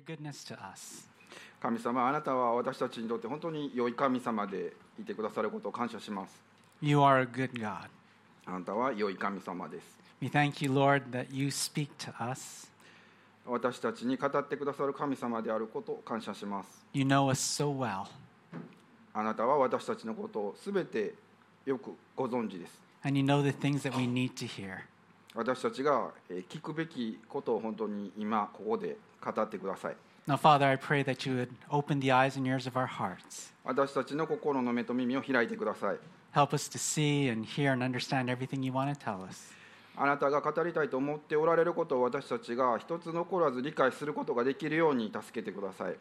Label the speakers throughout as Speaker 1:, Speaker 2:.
Speaker 1: goodness to us.
Speaker 2: 神様あなたは私たちにとって本当に良い神様でいてくださることを感謝します
Speaker 1: You are a good God.
Speaker 2: あなたは良い神様です
Speaker 1: We thank you, Lord, that you speak to us.
Speaker 2: 私たちに語ってくださる神様であることを感謝します
Speaker 1: You know us so well,
Speaker 2: あなたは私たちのことを全てよくご存知です
Speaker 1: and you know the things that we need to hear.
Speaker 2: 私たちがえー聞くべきことを本当に今ここで語ってください
Speaker 1: Now, Father, I pray that you would open the eyes and ears of our hearts.
Speaker 2: 私たちの心の目と耳を開いてください
Speaker 1: Help us to see and hear and understand everything you want to tell us.
Speaker 2: あなたが語りたいと思っておられることを私たちが一つ残らず理解することができるように助けてください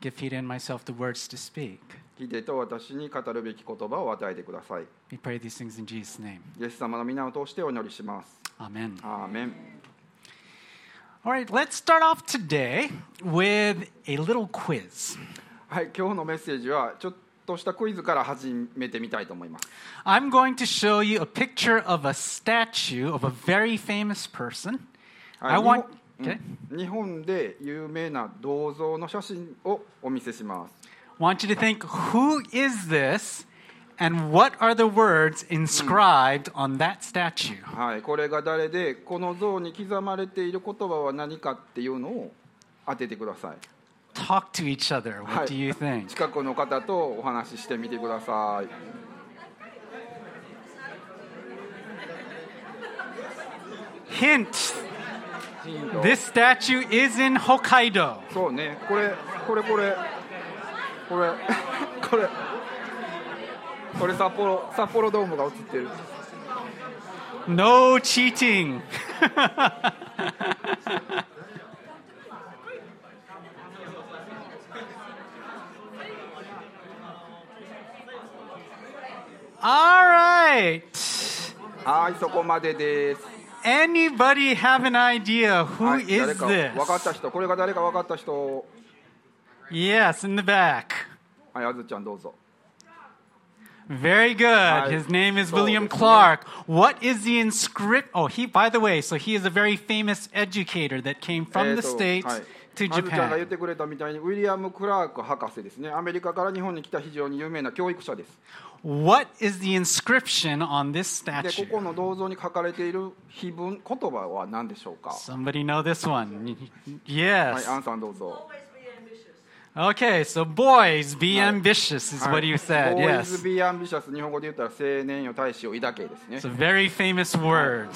Speaker 1: Give Peter and myself the words to speak.
Speaker 2: 聞いていた私に語るべき言葉を与えてください
Speaker 1: We pray these things in Jesus' name.
Speaker 2: イエス様の皆を通してお祈りします
Speaker 1: Amen.
Speaker 2: アーメン
Speaker 1: All right, let's start off today with a little quiz.
Speaker 2: はい今日のメッセージはちょっとしたクイズから始めてみたいと思います
Speaker 1: I'm going to show you a picture of a statue of a very famous person.
Speaker 2: はい
Speaker 1: I want.
Speaker 2: 日
Speaker 1: Okay.
Speaker 2: 本うん日本で有名な銅像の写真をお見せします
Speaker 1: want you to think who is this and what are the words inscribed on that statue?
Speaker 2: はい、これが誰でこの像に刻まれている言葉は何かっていうのを当ててください
Speaker 1: Talk to each other. What
Speaker 2: Hi.
Speaker 1: do you think?
Speaker 2: 近くの方とお話ししてみてください
Speaker 1: Hint
Speaker 2: ヒント
Speaker 1: this statue is in Hokkaido.
Speaker 2: そうねこれこれこれこれ これこれ札幌札幌ドームが映ってる
Speaker 1: No cheating. All right.
Speaker 2: はいそこまでです
Speaker 1: Anybody have an idea who
Speaker 2: はい
Speaker 1: is
Speaker 2: か分かった
Speaker 1: this?
Speaker 2: 人これが誰か分かった人
Speaker 1: Yes, in the back.
Speaker 2: はいあずちゃんどうぞ
Speaker 1: Very good. His name is
Speaker 2: so
Speaker 1: William
Speaker 2: this is-
Speaker 1: Clark. What is the inscript? Oh, he, by the way, so he is a very famous educator that came
Speaker 2: え
Speaker 1: from
Speaker 2: ー
Speaker 1: the
Speaker 2: と
Speaker 1: States
Speaker 2: はい
Speaker 1: to
Speaker 2: あずちゃんが言
Speaker 1: Japan.
Speaker 2: ってくれたみたいにウィリアム・クラーク博士ですねアメリカから日本に来た非常に有名な教育者です
Speaker 1: What is the inscription on this
Speaker 2: でこ
Speaker 1: statue?
Speaker 2: この銅像に書かれている碑文言葉は何でしょうか
Speaker 1: Somebody know this one?
Speaker 2: はい
Speaker 1: Yes.
Speaker 2: アンさんどうぞ
Speaker 1: Okay, so boys, be
Speaker 2: Hi.
Speaker 1: ambitious is
Speaker 2: はい
Speaker 1: what you said.
Speaker 2: Boys
Speaker 1: Yes.
Speaker 2: be ambitious 日本語で言ったら青年よ大志を抱けですね
Speaker 1: It's a very famous word.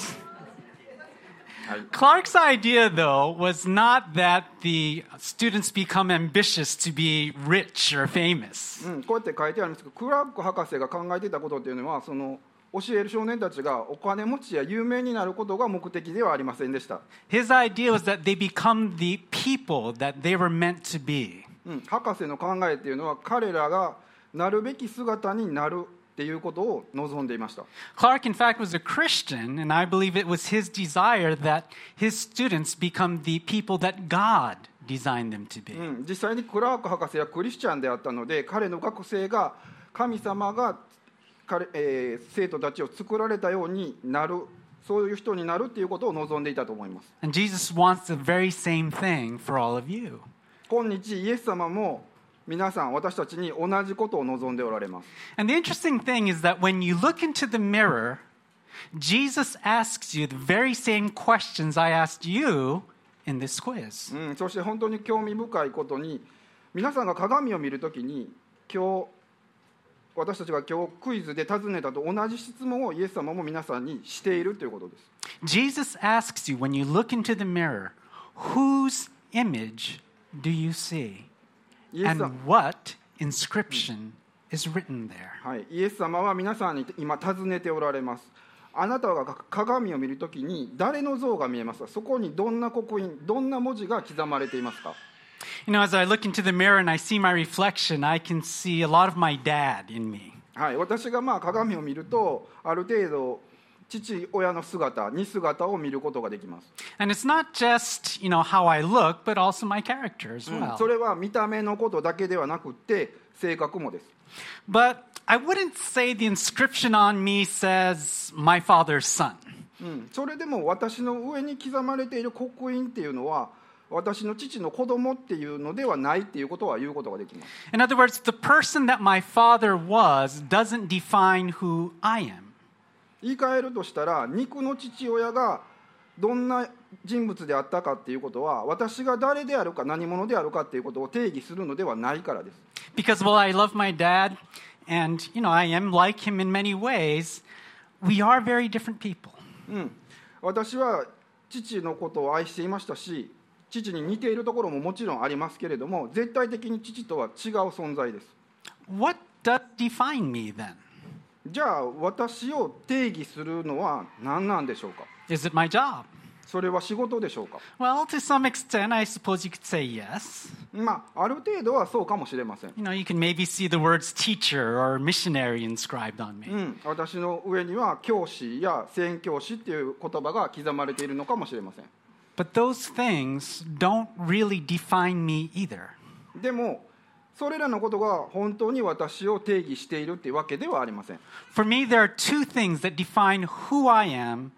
Speaker 2: Hi.
Speaker 1: Clark's idea, though, was not that the students become ambitious to be rich or famous.
Speaker 2: うん、こうやって書いてありますけどクラーク博士が考えていたことっていうのはその教える少年たちがお金持ちや有名になることが目的ではありませんでした、
Speaker 1: His idea was that they become the people that they were meant to be.
Speaker 2: うん、博士の考えっていうのは彼らがなるべき姿になるっていうことを望んでいました
Speaker 1: Clark, in fact, was a Christian, and I believe it was his desire that his students become the people that God designed them to be.
Speaker 2: うん、実際にクラーク博士はクリスチャンであったので彼の学生が神様が彼、えー生徒たちを作られたようになるそういう人になるっていうことを望んでいたと思います
Speaker 1: And Jesus wants the very same thing for all of you.
Speaker 2: 今日イエス様も皆さん私たちに同じことを望んでおられます
Speaker 1: And the interesting thing is that when you look into the mirror, Jesus asks you the very same questions I asked you in this quiz.
Speaker 2: うん、そして本当に興味深いことに皆さんが鏡を見るときに今日私たちが今日クイズで尋ねたと同じ質問をイエス様も皆さんにしているということです
Speaker 1: Jesus asks you when you look into the mirror, whose image do you see?
Speaker 2: イエス様
Speaker 1: And what inscription is written there?
Speaker 2: はい、イエス様は皆さんに今尋ねておられますあなたが鏡を見るときに誰の像が見えますかそこにどんな刻印どんな文字が刻まれていますか
Speaker 1: You know, as I look into the mirror and I see my reflection, I can see a lot of my dad in me.
Speaker 2: はい、私がまあ鏡を見るとある程度父親の姿に姿を見ることができます、
Speaker 1: And it's not just, you know, how I look, but also my character as
Speaker 2: うん
Speaker 1: well.
Speaker 2: それは見た目のことだけではなくって性格もです
Speaker 1: But I wouldn't say the inscription on me says my father's son.
Speaker 2: うん、それでも私の上に刻まれている刻印っていうのは私の父の子供っていうのではないっていうことは言うことができます
Speaker 1: In other words, the person that my father was doesn't define who I am.
Speaker 2: 言い換えるとしたら肉の父親がどんな人物であったかっていうことは私が誰であるか何者であるかっていうことを定義するのではないからです
Speaker 1: Because while I love my dad, and you know, I am like him in many ways, we are very different people.
Speaker 2: 私は父のことを愛していましたし父に似ているところももちろんありますけれども絶対的に父とは違う存在です
Speaker 1: What does define me then?
Speaker 2: じゃあ私を定義するのは何なんでしょうか
Speaker 1: Is it my job?
Speaker 2: それは仕事でしょうか
Speaker 1: Well, to some extent, I suppose you could say yes.
Speaker 2: まあある程度はそうかもしれません、
Speaker 1: You know, you can maybe see the words teacher or missionary inscribed on me.
Speaker 2: うん、私の上には教師や宣教師っていう言葉が刻まれているのかもしれません
Speaker 1: But those things don't really define me either.
Speaker 2: でもそれらのことが本当に私を定義しているっていうわけではありません
Speaker 1: For me, there are two things that define who I am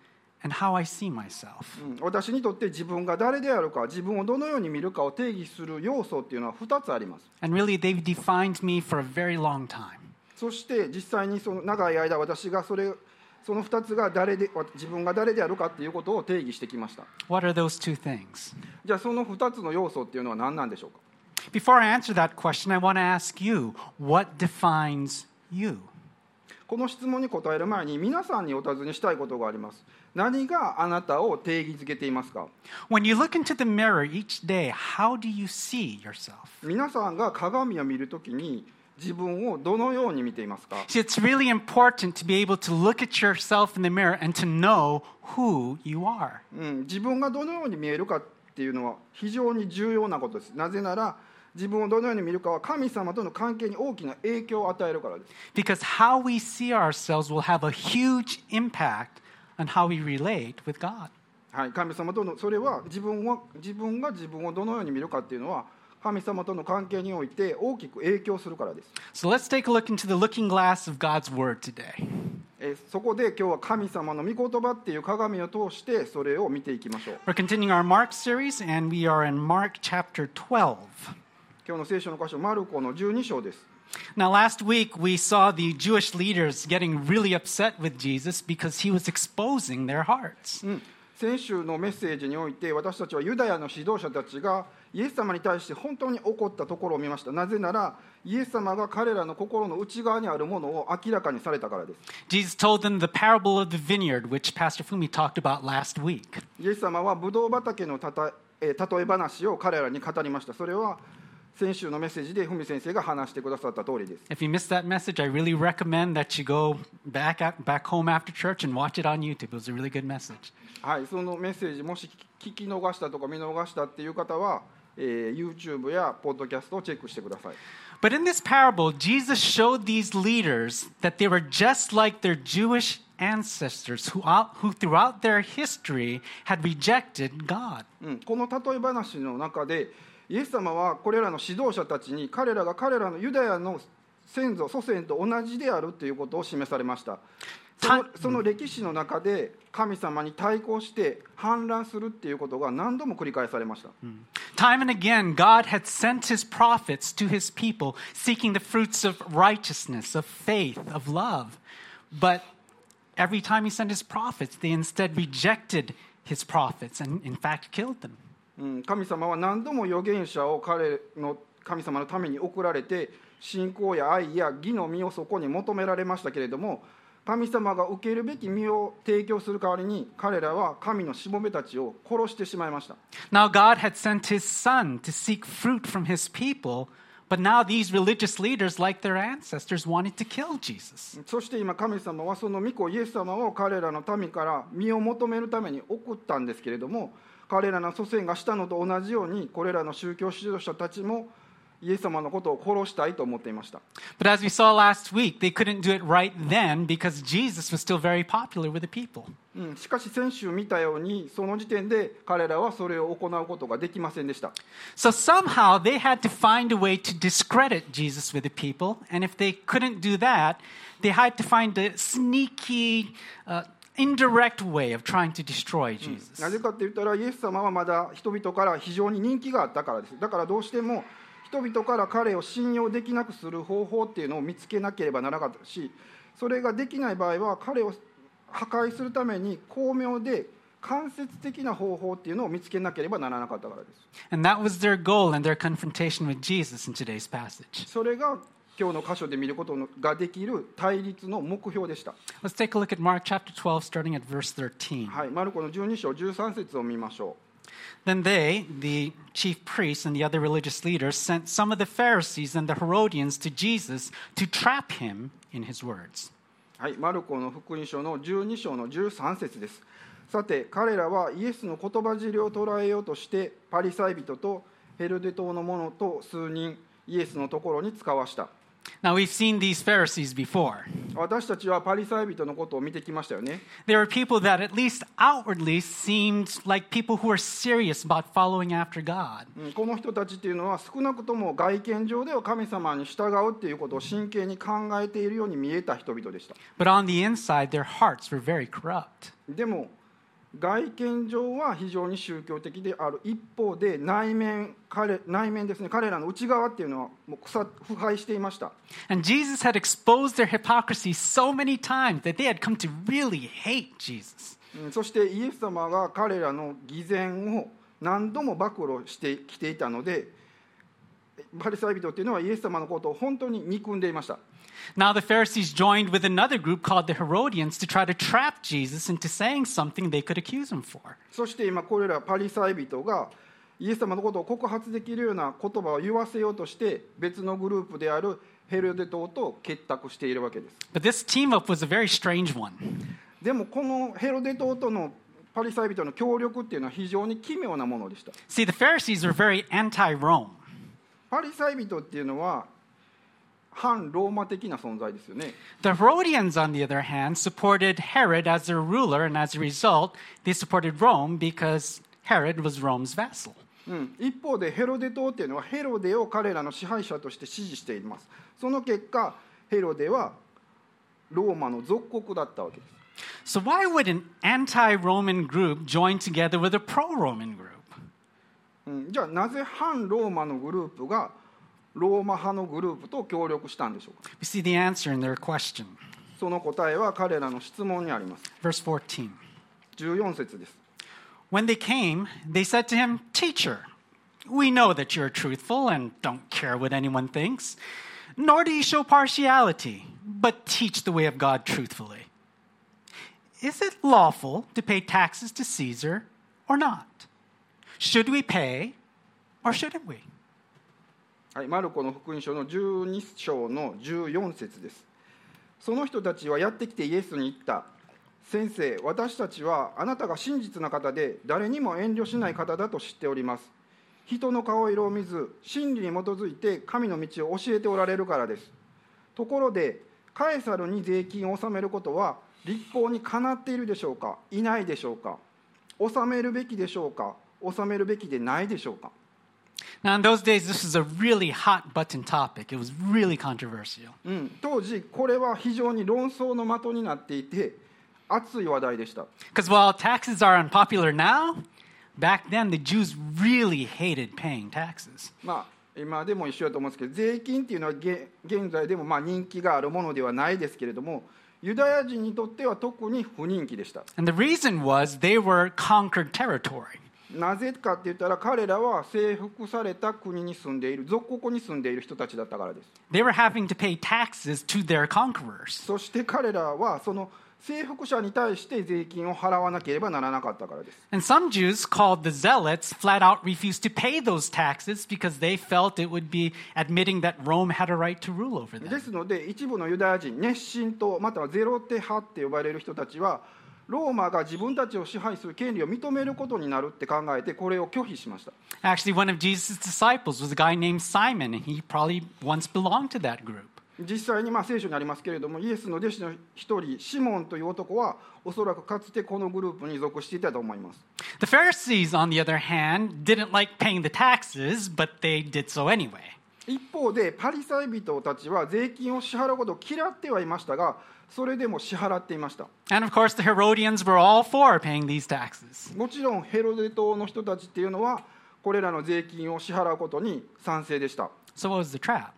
Speaker 1: and how I see myself.
Speaker 2: うん私にとって自分が誰であるか自分をどのように見るかを定義する要素っていうのは2つあります
Speaker 1: And really, they've defined me for a very long time.
Speaker 2: そして実際にその長い間私がそれその2つが誰で自分が誰であるかっていうことを定義してきました
Speaker 1: What are those two things?
Speaker 2: じゃあその2つの要素っていうのは何なんでしょうか
Speaker 1: Before I answer that question, I want to ask you what defines you?
Speaker 2: この質問に答える前に皆さんにお尋ねしたいことがあります何があなたを定義づけていますか
Speaker 1: When you look into the mirror each day, how do you see yourself?
Speaker 2: 皆さんが鏡を見るときに自分をどのように見ていますか
Speaker 1: See, it's really important to be able to look at yourself in the mirror and to know who you are.
Speaker 2: うん、自分がどのように見えるかっていうのは非常に重要なことですなぜなら自分をどのように見るかは神様との関係に大きな影響を与えるからです
Speaker 1: Because how we see ourselves will have a huge impact on how we relate with God.
Speaker 2: はい、神様とのそれは自分は自分が自分をどのように見るかっていうのは神様との関係において大きく影響するからです、
Speaker 1: So let's take a look into the looking glass of God's Word today.
Speaker 2: えーそこで今日は神様の御言葉っていう鏡を通してそれを見ていきましょう
Speaker 1: We're continuing our Mark series, and we are in Mark chapter 12.
Speaker 2: 今日の聖書の箇所マルコの12章です
Speaker 1: Now, last week we saw the Jewish leaders getting really upset with Jesus because he was exposing their hearts.
Speaker 2: うん先週のメッセージにおいて私たちはユダヤの指導者たちがイエス様に対して本当に怒ったところを見ましたなぜならイエス様が彼らの心の内側にあるものを明らかにされたからです
Speaker 1: Jesus told them the parable of the vineyard, which Pastor Fumi talked about last week.
Speaker 2: イエス様はブドウ畑のたたえー例え話を彼らに語りましたそれは先週のメッセージで文先生が話してくださった通りです
Speaker 1: If you missed that message, I really recommend that you go back at, back home after church and watch it on YouTube. It was a really good message.
Speaker 2: はいそのメッセージもし聞き聞き逃したとか見逃したっていう方は、えー YouTube やポッドキャストをチェックしてください
Speaker 1: But in this parable, Jesus showed these leaders that they were just like their Jewish ancestors who, out, who throughout their history had rejected God.
Speaker 2: うん、この例え話の中でイエス様はこれらの指導者たちに彼らが彼らのユダヤの先祖祖先と同じであるということを示されましたその
Speaker 1: た
Speaker 2: その歴史の中で神様に対抗して反乱するっていうことが何度も繰り返されました、
Speaker 1: Time and again, God had sent his prophets to his people seeking the fruits of righteousness, of faith, of love. But every time he sent his prophets, they instead rejected his prophets and, in fact, killed them.
Speaker 2: うん、神様は何度も預言者を彼の神様のために送られて信仰や愛や義の実をそこに求められましたけれども神様が受けるべき実を提供する代わりに彼らは神のしもべたちを殺してしまいました
Speaker 1: Now, God had sent his son to seek fruit from his people, but now these religious leaders, like their ancestors, wanted to kill Jesus.
Speaker 2: そして今神様はその御子イエス様を彼らの民から実を求めるために送ったんですけれども彼らの祖先がしたのと同じようにこれらの宗教指導者たちもイエス様のことを殺したいと思っていました
Speaker 1: But as we saw last week, they couldn't do it right then because Jesus was still very popular with the people.
Speaker 2: うん、しかし先週見たようにその時点で彼らはそれを行うことができませんでした
Speaker 1: So somehow they had to find a way to discredit Jesus with the people. And if they couldn't do that, they had to find a sneaky, uh, indirect way of trying to destroy Jesus.
Speaker 2: なぜかって言ったらイエス様はまだ人々から非常に人気があったからですだからどうしても人々から彼を信用できなくする方法っていうのを見つけなければならなかったしそれができない場合は彼を破壊するために巧妙で間接的な方法っていうのを見つけなければならなかったからで
Speaker 1: And that was their goal and their confrontation with Jesus in today's passage.
Speaker 2: すそれが今日の箇所で見ることができる対立の目標でした、
Speaker 1: Let's take a look at Mark chapter 12, starting at verse 13.
Speaker 2: はい、マルコの12章13節を見ましょう
Speaker 1: Then they, the chief priests and the other religious leaders, sent some of the Pharisees and the Herodians to Jesus to trap him in his words.
Speaker 2: はい、マルコの福音書の12章の13節です。さて、彼らはイエスの言葉尻を捉えようとして、パリサイ人とヘルデ島の者と数人、イエスのところに使わした。
Speaker 1: Now, we've seen these Pharisees before.
Speaker 2: 私たちはパリサイ人のことを見てきましたよね。
Speaker 1: They were people that, at least outwardly, seemed like people who were serious about following after God.
Speaker 2: うんこの人たちっていうのは少なくとも外見上では神様に従うっていうことを真剣に考えているように見えた人々でした。
Speaker 1: But on the inside, their hearts were very corrupt.
Speaker 2: でも外見上は非常に宗教的である一方で内面彼内面ですね彼らの内側っていうのはもう腐腐敗していました
Speaker 1: And Jesus had exposed their hypocrisy so many times that they had come to really hate Jesus.
Speaker 2: うんそしてイエス様が彼らの偽善を何度も暴露してきていたのでパリサイ人っていうのはイエス様のことを本当に憎んでいました
Speaker 1: Now the Pharisees joined with another group called the Herodians to try to trap Jesus into saying something they could accuse him for.
Speaker 2: そして今これらパリサイ人がイエス様のことを告発できるような言葉を言わせようとして別のグループであるヘロデ島と結託しているわけです
Speaker 1: But this team up was a very strange one.
Speaker 2: でもこのヘロデ島とのパリサイ人の協力っていうのは非常に奇妙なものでした。
Speaker 1: See, the Pharisees were very anti Rome.
Speaker 2: パリサイ人っていうのは反ローマ的な存在ですよね。
Speaker 1: The Herodians, on the other hand, supported Herod as their ruler, and as a result, they supported Rome because Herod was Rome's vassal.
Speaker 2: うん、一方でヘロデ島っていうのはヘロデを彼らの支配者として支持しています。その結果ヘロデはローマの属国だったわけです。
Speaker 1: So, why would an anti Roman group join together with a pro Roman group?
Speaker 2: うん、じゃあなぜ反ローマのグループがローマ派のグループと協力したんでしょうか
Speaker 1: We see the answer in their question.
Speaker 2: その答えは彼らの質問にあります。
Speaker 1: Verse 14.
Speaker 2: 14節です。
Speaker 1: When they came, they said to him, Teacher, we know that you're truthful and don't care what anyone thinks, nor do you show partiality, but teach the way of God truthfully. Is it lawful to pay taxes to Caesar or not? Should we pay or shouldn't we?
Speaker 2: はい、マルコの福音書の12章の14節です。その人たちはやってきてイエスに言った。先生、私たちはあなたが真実な方で誰にも遠慮しない方だと知っております。人の顔色を見ず、真理に基づいて神の道を教えておられるからです。ところで、カエサルに税金を納めることは立法にかなっているでしょうか、いないでしょうか、納めるべきでしょうか、納めるべきでないでしょうか。
Speaker 1: Now, in those days, this was a really hot button topic. It was really controversial.
Speaker 2: うん、当時これは非常に論争の的になっていて熱い話題でした
Speaker 1: Because while taxes are unpopular now, back then the Jews really hated paying taxes.
Speaker 2: まあ今でも一緒だと思うんですけど税金っていうのはげ現在でもまあ人気があるものではないですけれどもユダヤ人にとっては特に不人気でした
Speaker 1: And the reason was they were conquered territory.
Speaker 2: なぜかって言ったら彼らは征服された国に住んでいる属国に住んでいる人たちだったからです
Speaker 1: They were having to pay taxes to their conquerors.
Speaker 2: そして彼らはその征服者に対して税金を払わなければならなかったからです
Speaker 1: And some Jews called the Zealots flat out refused to pay those taxes because they felt it would be admitting that Rome had a right to rule over
Speaker 2: で
Speaker 1: them.
Speaker 2: すので一部のユダヤ人熱心党またはゼロテ派って呼ばれる人たちはローマが自分たちを支配する権利を認めることになるって考えてこれを拒否しました
Speaker 1: Actually, one of Jesus' disciples was a guy named Simon, and he probably once belonged to that group.
Speaker 2: 実際にまあ聖書にありますけれどもイエスの弟子の一人シモンという男はおそらくかつてこのグループに属していたと思います
Speaker 1: The Pharisees, on the other hand, didn't like paying the taxes, but they did so anyway.
Speaker 2: 一方でパリサイ人たちは税金を支払うことを嫌ってはいましたがそれでも支払っていました
Speaker 1: And of course, the Herodians were all for paying these taxes.
Speaker 2: もちろんヘロデ島の人たちっていうのはこれらの税金を支払うことに賛成でした
Speaker 1: So, what was the trap?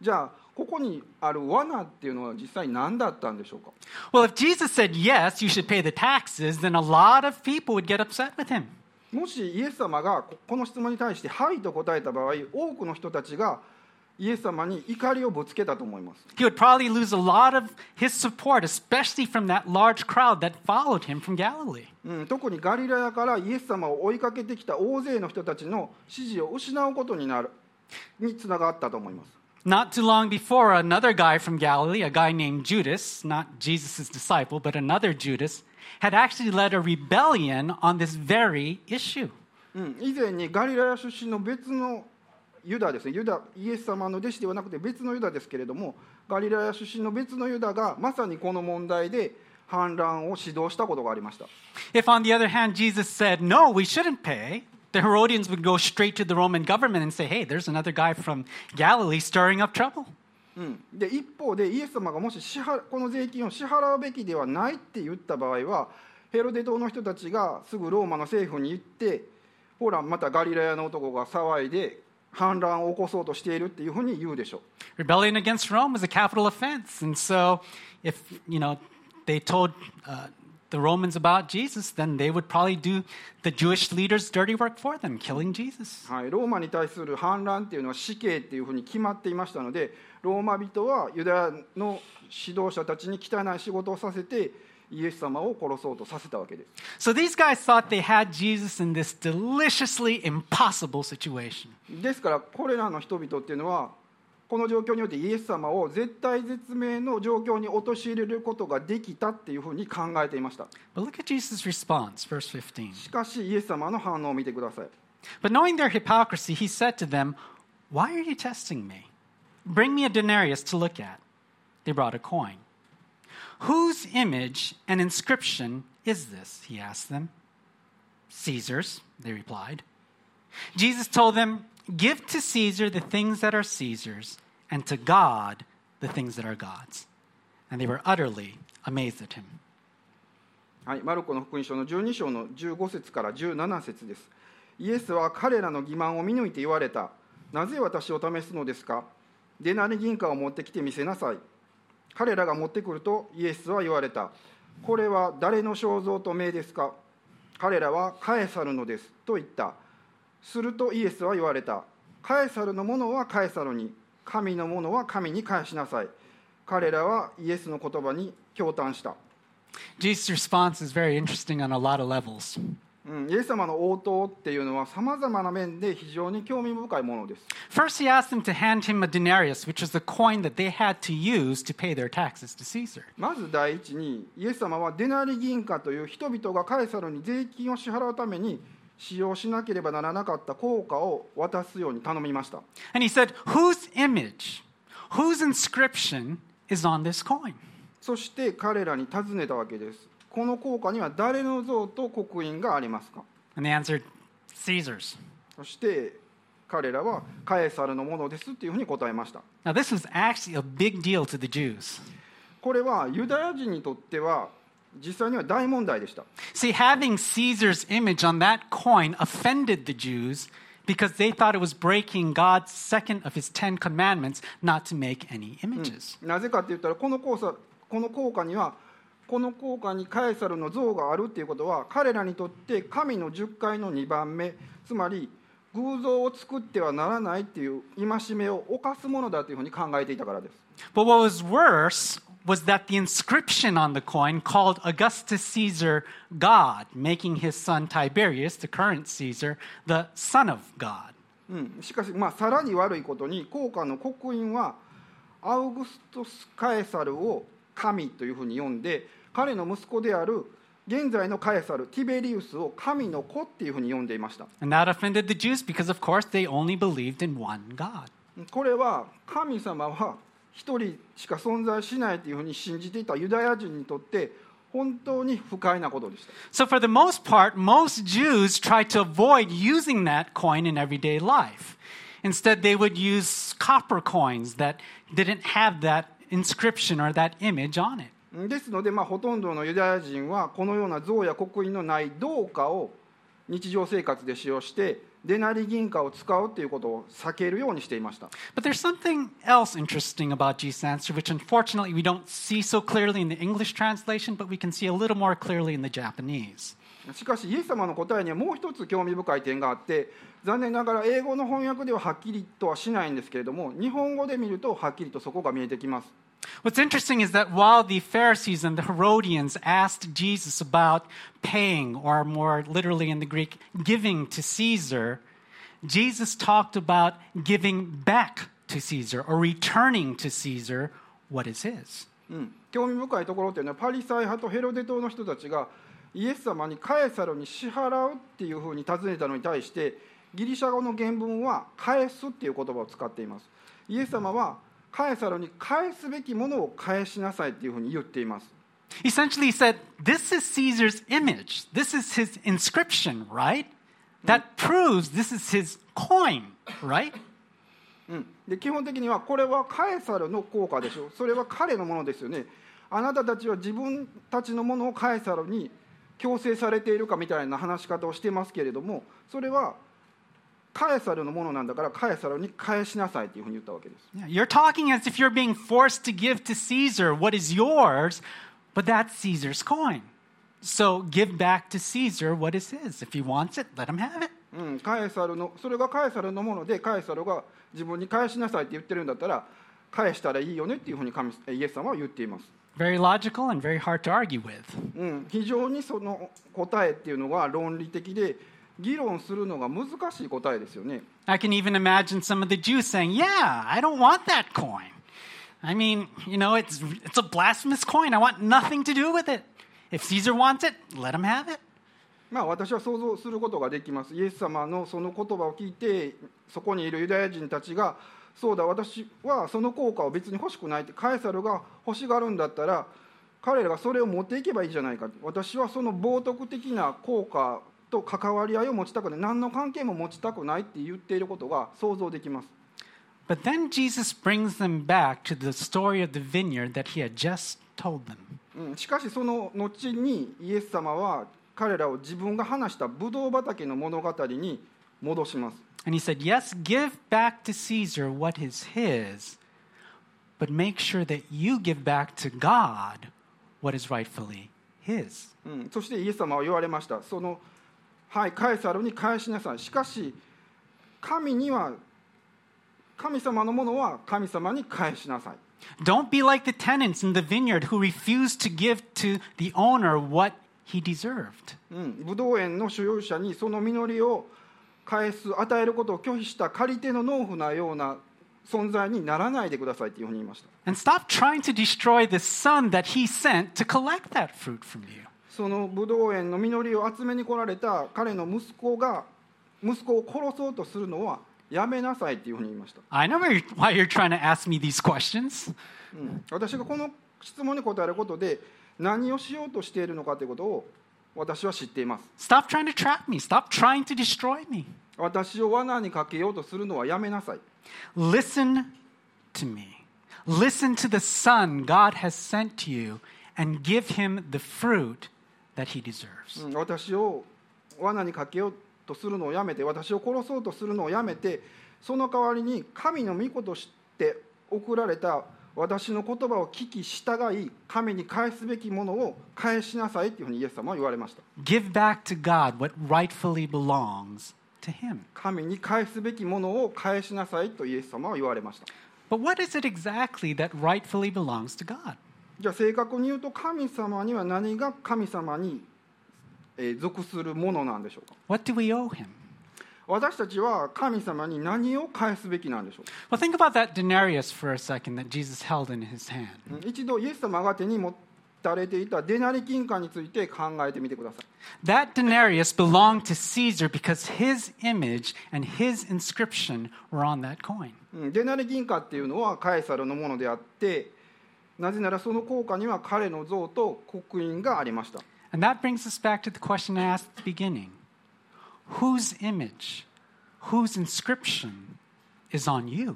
Speaker 2: じゃあここにある罠っていうのは実際何だったんでしょうか
Speaker 1: Well, if Jesus said, yes, you should pay the taxes, then a lot of people would get upset with him.
Speaker 2: もしイエス様がここの質問に対して「はい」と答えた場合多くの人たちがイエス様に怒りをぶつけたと思います
Speaker 1: He would probably lose a lot of his support, especially from that large crowd that followed him from Galilee.
Speaker 2: うん、特にガリラヤからイエス様を追いかけてきた大勢の人たちの支持を失うことになるにつながったと思います
Speaker 1: Not too long before, another guy from Galilee, a guy named Judas, not Jesus' disciple, but another Judas, had actually led a rebellion on this very issue.
Speaker 2: うん、以前にガリラヤ出身の別のユダですねユダイエス様の弟子ではなくて別のユダですけれどもガリラヤ出身の別のユダがまさにこの問題で反乱を指導したことがありました
Speaker 1: If, on the other hand, Jesus said, no, we shouldn't pay, the Herodians would go straight to the Roman government and say, hey, there's another guy from Galilee stirring up trouble.
Speaker 2: うん、で一方でイエス様がもし支払この税金を支払うべきではないって言った場合はヘロデ島の人たちがすぐローマの政府に行ってほらまたガリラヤの男が騒いで反乱を起こそうとしているっていうふうに言うでしょ
Speaker 1: Rebellion against Rome was a capital offense. And so, if, you know, they told uh, the Romans about Jesus, then they would probably do the Jewish leaders' dirty work for them, killing Jesus.
Speaker 2: う、はい、ローマに対する反乱っていうのは死刑っていうふうに決まっていましたのでローマ人はユダヤの指導者たちに汚い仕事をさせてイエス様を殺そうとさせたわけです
Speaker 1: So these guys thought they had Jesus in this deliciously impossible situation.
Speaker 2: ですからこれらの人々っていうのはこの状況によってイエス様を絶対絶命の状況に陥れることができたっていうふうに考えていました
Speaker 1: But look at Jesus' response, verse 15.
Speaker 2: しかしイエス様の反応を見てください
Speaker 1: But knowing their hypocrisy, he said to them, Why are you testing me? Bring me a denarius to look at. They brought a coin. Whose image and inscription is this? He asked them. Caesar's, they replied. Jesus told them, Give to Caesar the things that are Caesar's, and to God the things that are God's. And they were utterly amazed at him.
Speaker 2: はい、マルコの福音書の12章の15節から17節です。イエスは彼らの欺瞞を見抜いて言われた。なぜ私を試すのですかデナリ銀貨を持ってきて見せなさい。彼らが持ってくるとイエスは言われた。これは誰の肖像と名ですか彼らはカエサルのですと言った。するとイエスは言われた。カエサルのものはカエサルに、神のものは神に返しなさい。彼らはイエスの言葉に驚嘆した。
Speaker 1: Jesus' response is very interesting on a lot of levels.
Speaker 2: うん、イエス様の応答っていうのはさまざまな面で非常に興味深いものです
Speaker 1: First, he asked them to hand him a denarius, which was the coin that they had to use to pay their taxes to Caesar.
Speaker 2: まず第一にイエス様はデナリ銀貨という人々がカエサルに税金を支払うために使用しなければならなかった効果を渡すように頼みました
Speaker 1: And he said, Whose image, whose inscription is on this coin?
Speaker 2: そして彼らに尋ねたわけですこの効果には誰の像と刻印がありますか
Speaker 1: And they answered, Caesar's.
Speaker 2: そして彼らはカエサルのものですっていうふうに答えました
Speaker 1: Now, this was actually a big deal to the Jews.
Speaker 2: これはユダヤ人にとっては実際には大問題でした
Speaker 1: See, having Caesar's image on that coin offended the Jews because they thought it was breaking God's second of his Ten Commandments not to make any images.
Speaker 2: なぜかって言ったらこの効果この効果にはこの効果にカエサルの像があるっていうことは彼らにとって神の十戒の2番目つまり偶像を作ってはならないっていう戒めを犯すものだというふうに考えていたからです
Speaker 1: But what was worse was that the inscription on the coin called Augustus Caesar God, making his son Tiberius, the current Caesar, the son of God.
Speaker 2: うん、しかし、まあ、さらに悪いことに効果の刻印はアウグストス・カエサルを神というふうに呼んで彼の息子である現在のカエサルティベリウスを神の子っていうふうに呼んでいました
Speaker 1: And that offended the Jews because, of course, they only believed in one God.
Speaker 2: これは神様は一人しか存在しないというふうに信じていたユダヤ人にとって本当に不快なことでした
Speaker 1: So, for the most part, most Jews tried to avoid using that coin in everyday life. Instead, they would use copper coins that didn't have that inscription or that image on it.
Speaker 2: ですので、まあ、ほとんどのユダヤ人はこのような像や刻印のない銅貨を日常生活で使用してデナリ銀貨を使うということを避けるようにしていました
Speaker 1: But there's something else interesting about Jesus' answer, which unfortunately we don't see so clearly in the English translation, but we can see a little more clearly in the Japanese.
Speaker 2: しかしイエス様の答えにはもう一つ興味深い点があって残念ながら英語の翻訳でははっきりとはしないんですけれども日本語で見るとはっきりとそこが見えてきます
Speaker 1: What's interesting is that while the Pharisees and the Herodians asked Jesus about paying, or more literally in the Greek, giving to Caesar, Jesus talked about giving back to Caesar or returning to Caesar what is his.
Speaker 2: うん、興味深いところというのはパリサイ派とヘロデ党の人たちがイエス様にカエサルに支払うっていうふうに尋ねたのに対してギリシャ語の原文は「返す」っていう言葉を使っていますイエス様はカエサルに返すべきものを返しなさいっていうふうに言っています
Speaker 1: Essentially, he said, This is Caesar's image. This is his inscription, right? That proves this is his coin, right?
Speaker 2: で基本的にはこれはカエサルの効果でしょそれは彼のものですよねあなたたちは自分たちのものをカエサルに強制されているかみたいな話し方をしてますけれどもそれはカエサルのものなんだからカエサルに返しなさいというふうに言ったわけです
Speaker 1: Yeah, You're talking as if you're being forced to give to Caesar what is yours, but that's Caesar's coin. So give back to Caesar what is his. If he wants it, let him have it.
Speaker 2: うん、カエサルのそれがカエサルのものでカエサルが自分に返しなさいって言ってるんだったら返したらいいよねっていうふうに神イエス様は言っています
Speaker 1: Very logical and very hard to argue with.
Speaker 2: うん、非常にその答えっていうのが論理的で議論するのが難しい答えですよね
Speaker 1: I can even imagine some of the Jews saying, Yeah, I don't want that coin. I mean, you know, it's, it's a blasphemous coin. I want nothing to do with it. If Caesar wants it, let him have it.
Speaker 2: まあ私は想像することができますイエス様のその言葉を聞いてそこにいるユダヤ人たちがそうだ私はその効果を別に欲しくないってカエサルが欲しがるんだったら彼らがそれを持っていけばいいじゃないか私はその冒涜的な効果と関わり合いを持ちたくない何の関係も持ちたくないって言っていることが想像できます
Speaker 1: But then Jesus brings them back to the story of the vineyard that he had just told them.
Speaker 2: うん、しかしその後にイエス様は彼らを自分が話したブドウ畑の物語に戻します
Speaker 1: And he said, Yes, give back to Caesar what is his, but make sure that you give back to God what is rightfully his.
Speaker 2: うん、そしてイエス様は言われましたそのはいカエサルに返しなさいしかし神には神様のものは神様に返しなさい
Speaker 1: Don't be like the tenants in the vineyard who refused to give to the owner what he deserved.
Speaker 2: うん、ブドウ園の所有者にその実りを返す与えることを拒否した借り手の農夫なような存在にならないでくださいというふうに言いました
Speaker 1: And stop trying to destroy the son that he sent to collect that fruit from you.
Speaker 2: そのブドウ園の実りを集めに来られた彼の息子が息子を殺そうとするのはやめなさいというふうに言いました
Speaker 1: I know why you're- why you're trying to ask me these questions.
Speaker 2: うん私がこの質問に答えることで何をしようとしているのかということを私は知っています
Speaker 1: Stop trying to trap me. Stop trying to destroy me.
Speaker 2: 私を罠にかけようとするのはやめなさい
Speaker 1: Listen to me. Listen to the son God has sent to you and give him the fruit that he deserves.
Speaker 2: うん私を罠にかけようとするのをやめて私を殺そうとするのをやめてその代わりに神の御子として送られた私の言葉を聞き従い神に返すべきものを返しなさいというふうにイエス様は言われました
Speaker 1: Give back to God what rightfully belongs to him.
Speaker 2: 神に返すべきものを返しなさいとイエス様は言われました
Speaker 1: But what is it exactly that rightfully belongs to God?
Speaker 2: じゃあ正確に言うと神様には何が神様にえー属するものなんでしょうか
Speaker 1: What do we owe him?
Speaker 2: 私たちは神様に何を返すべきなんでしょうか
Speaker 1: Well, think about that denarius for a second that Jesus held in his hand.
Speaker 2: うん一度イエス様が手に持たれていたデナリ金貨について考えてみてください
Speaker 1: That denarius belonged to Caesar because his image and his inscription were on that coin.
Speaker 2: うんデナリ銀貨っていうのはカエサルのものであってなぜならその効果には彼の像と刻印がありました
Speaker 1: And that brings us back to the question I asked at the beginning Whose image, whose inscription is on you.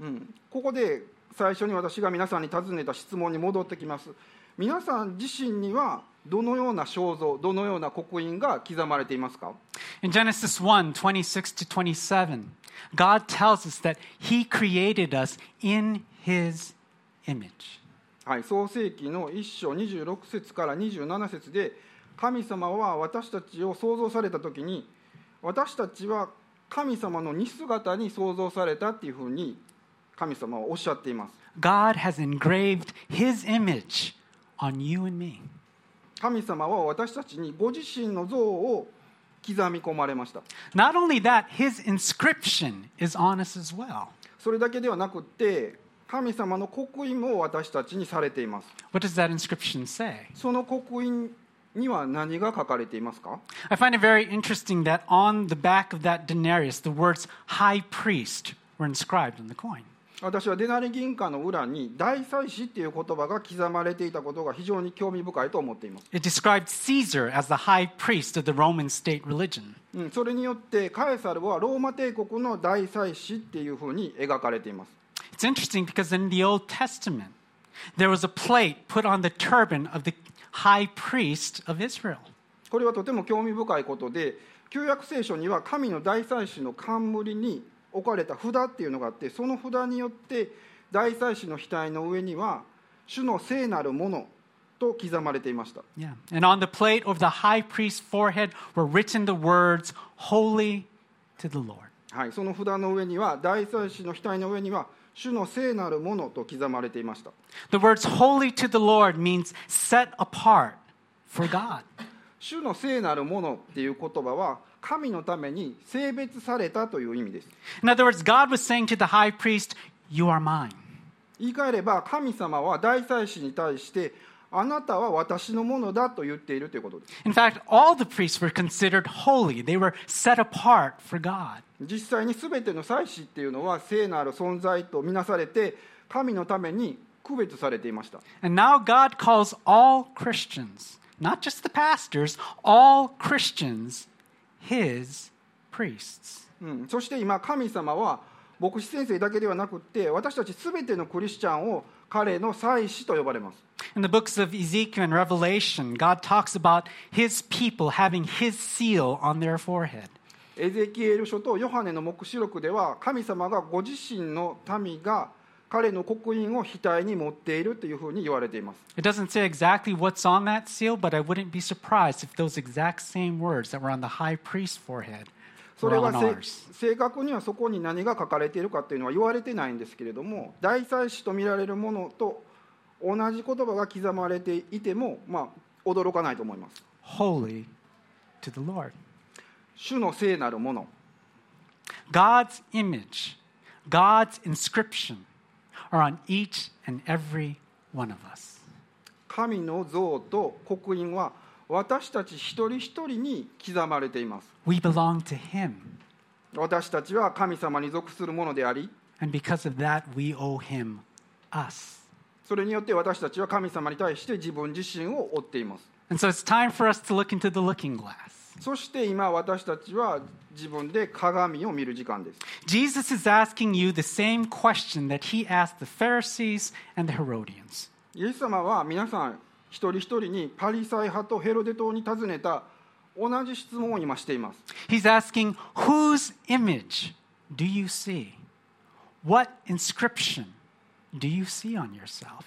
Speaker 2: うん、ここで最初に私が皆さんに尋ねた質問に戻ってきます皆さん自身にはどのような肖像どのような刻印が刻まれていますか
Speaker 1: In Genesis 1 26 to 27, God tells us that He created us in His image.
Speaker 2: はい、創世紀の1章26節から27節で神様は私たちを創造された時に私たちは神様の似姿に創造されたっていうふうに神様はおっしゃっています
Speaker 1: God has engraved His image on you and me.
Speaker 2: 神様は私たちにご自身の像を刻み込まれました
Speaker 1: Not only that, His inscription is on us as well.
Speaker 2: それだけではなくって神様の刻印も私たちにされています
Speaker 1: What does that inscription say?
Speaker 2: その刻印には何が書かれていますか
Speaker 1: I find it very interesting that on the back of that denarius, the words high priest were inscribed on the coin.
Speaker 2: 私はデナリ銀貨の裏に大祭司っていう言葉が刻まれていたことが非常に興味深いと思っています、
Speaker 1: It described Caesar as the high priest of the Roman state religion.
Speaker 2: うん、それによってカエサルはローマ帝国の大祭司っていうふうに描かれています
Speaker 1: It's interesting because in the Old Testament, there was a plate put on the turban of the high priest of Israel.
Speaker 2: これはとても興味深いことで旧約聖書には神の大祭司の冠に置かれた札っていうのがあってその札によって大祭司の額の上には主の聖なるものと刻まれていました
Speaker 1: Yeah. And on the plate over the high priest's forehead were written the words, Holy to the Lord.
Speaker 2: はい、その札の上には大祭司の額の上には主の聖なるものと刻まれていました
Speaker 1: The words holy to the Lord means set apart for God.
Speaker 2: 主の聖なるものっていう言葉は神のために性別されたという意味です
Speaker 1: In other words, God was saying to the high priest, You are mine.
Speaker 2: 言い換えれば神様は大祭司に対してあなたは私のものだと言っているということです
Speaker 1: In fact, all the priests were considered holy, they were set apart for God.
Speaker 2: 実際に全ての祭司っていうのは聖なる存在とみなされて神のために区別されていました
Speaker 1: And now God calls all Christians, not just the pastors, all Christians, his priests.
Speaker 2: うん、そして今神様は牧師先生だけではなくって私たち全てのクリスチャンを彼の祭司と呼ばれます
Speaker 1: In the books of Ezekiel and Revelation, God talks about his people having his seal on their forehead.
Speaker 2: エゼキエル書とヨハネの黙示録では神様がご自身の民が彼の刻印を額に持っているというふうに言われています
Speaker 1: It doesn't say exactly what's on that seal, but I wouldn't be surprised if those exact same words that were on the high priest's forehead
Speaker 2: そ
Speaker 1: were
Speaker 2: れは
Speaker 1: on
Speaker 2: せ
Speaker 1: ours.
Speaker 2: 正確にはそこに何が書かれているかっていうのは言われてないんですけれども大祭司と見られるものと同じ言葉が刻まれていても、まあ、驚かないと思います
Speaker 1: Holy to the Lord.
Speaker 2: 主の聖なるもの
Speaker 1: God's image, God's inscription are on each and every one of us.
Speaker 2: 神の像と刻印は私たち一人一人に刻まれています
Speaker 1: We belong to Him,
Speaker 2: 私たちは神様に属するものであり
Speaker 1: and because of that, we owe Him us.
Speaker 2: それによって私たちは神様に対して自分自身を追っています
Speaker 1: And so it's time for us to look into the looking glass.
Speaker 2: そして今私たちは自分で鏡を見る時間です
Speaker 1: Jesus is asking you the same question that He asked the Pharisees and the Herodians.
Speaker 2: イエス様は皆さん一人一人にパリサイ派とヘロデ島に尋ねた同じ質問を今しています
Speaker 1: He's asking, Whose image do you see? What inscription do you see on yourself?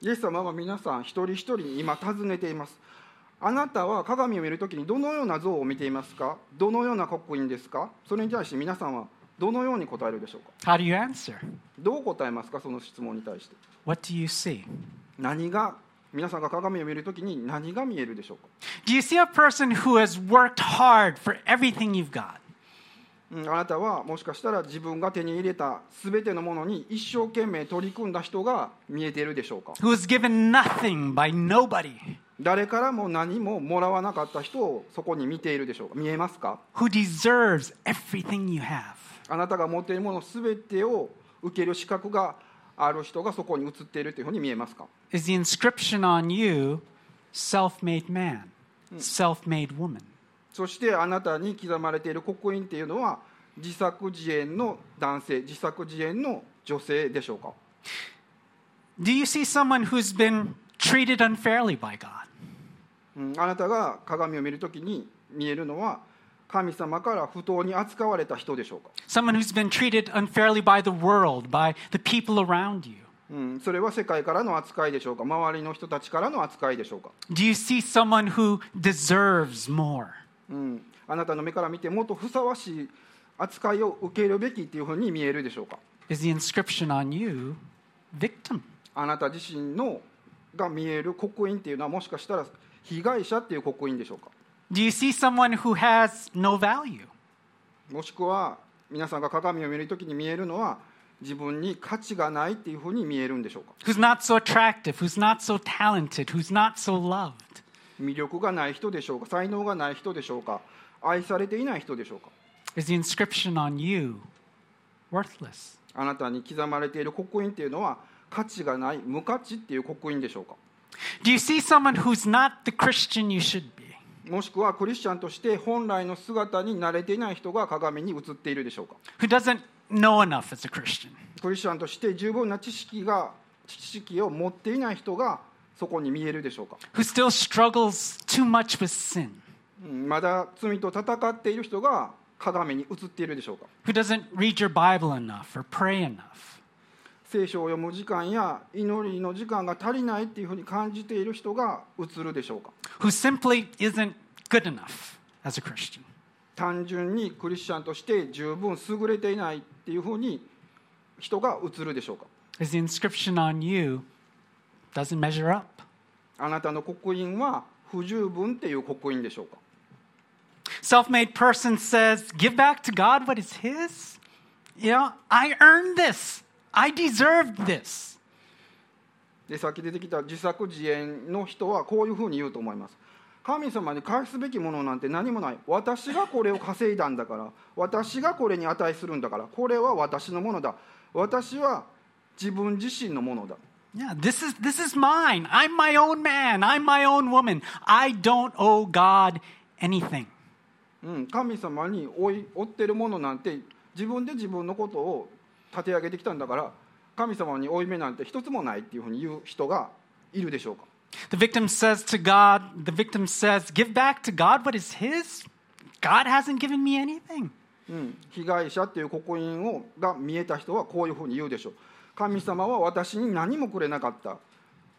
Speaker 2: イエス様は皆さん一人一人に今尋ねていますあなたは鏡を見るときにどのような像を見ていますかどのような刻印ですかそれに対して皆さんはどのように答えるでしょうか
Speaker 1: How do you answer?
Speaker 2: どう答えますかその質問に対して
Speaker 1: What do you see?
Speaker 2: 何が皆さんが鏡を見るときに何が見えるでしょうか
Speaker 1: Do you see a person who has worked hard for everything you've got?
Speaker 2: うんあなたはもしかしたら自分が手に入れた全てのものに一生懸命取り組んだ人が見えているでしょうか
Speaker 1: Who was given nothing by nobody?
Speaker 2: 誰からも何ももらわなかった人をそこに見ているでしょうか見えますか
Speaker 1: Who deserves everything you have?
Speaker 2: あなたが持っているもの全てを受ける資格がある人がそこに映っているというふうに見えますか
Speaker 1: Is the inscription on you self made man, self made woman?
Speaker 2: そしてあなたに刻まれている刻印っていうのは自作自演の男性自作自演の女性でしょうか
Speaker 1: Do you see someone who's been treated unfairly by God?
Speaker 2: うんあなたが鏡を見るときに見えるのは神様から不当に扱われた人でしょうか、
Speaker 1: Someone who's been treated unfairly by the world, by the people around you?
Speaker 2: うん、それは世界からの扱いでしょうか周りの人たちからの扱いでしょうか、
Speaker 1: Do you see someone who deserves more?
Speaker 2: うん、あなたの目から見てもっとふさわしい扱いを受けるべきというふうに見えるでしょうか
Speaker 1: Is the inscription on you victim?
Speaker 2: あなた自身のが見える刻印っていうのはもしかしたら被害者っていう刻印でしょうか
Speaker 1: Do you see someone who has no value?
Speaker 2: もしくは皆さんが鏡を見るときに見えるのは自分に価値がないっていうふうに見えるんでしょうか
Speaker 1: Who's not so attractive, who's not so talented, who's not so loved?
Speaker 2: 魅力がない人でしょうか才能がない人でしょうか愛されていない人でしょうか
Speaker 1: Is the inscription on you worthless?
Speaker 2: あなたに刻まれている刻印っていうのは価値がない無価値っていう刻印でしょうか
Speaker 1: Do you see someone who's not the Christian you should be?
Speaker 2: もしくはクリスチャンとして本来の姿に慣れていない人が鏡に映っているでしょうか
Speaker 1: Who doesn't know enough as a Christian?
Speaker 2: クリスチャンとして十分な知識が知識を持っていない人がそこに見えるでしょうか、
Speaker 1: Who still struggles too much with sin?
Speaker 2: うんまだ罪と戦っている人が鏡に映っているでしょうか
Speaker 1: Who doesn't read your Bible enough or pray enough?
Speaker 2: 聖書を読む時間や祈りの時間が足りないっていうふうに感じている人が映るでしょうか
Speaker 1: Who simply isn't good enough as a Christian?
Speaker 2: 単純にクリスチャンとして十分優れていないっていうふうに人が映るでしょうか
Speaker 1: Is the inscription on you doesn't measure up?
Speaker 2: あなたの刻印は不十分っていう刻印でしょうか
Speaker 1: Self made person says, Give back to God what is His. You know, I earned this. I deserved this.
Speaker 2: でさっき出てきた自作自演の人はこういうふうに言うと思います神様に返すべきものなんて何もない私がこれを稼いだんだから私がこれに値するんだからこれは私のものだ私は自分自身のものだ
Speaker 1: Yeah, this is, this is mine. I'm my own man. I'm my own woman. I don't owe God anything.
Speaker 2: うん、神様に追い追ってるものなんて自分で自分のことを立て上げてきたんだから神様に負い目なんて一つもないっていうふうに言う人がいるでしょうか
Speaker 1: The victim says to God, the victim says, Give back to God what is His. God hasn't given me anything.
Speaker 2: うん、被害者っていう刻印をが見えた人はこういうふうに言うでしょう神様は私に何もくれなかった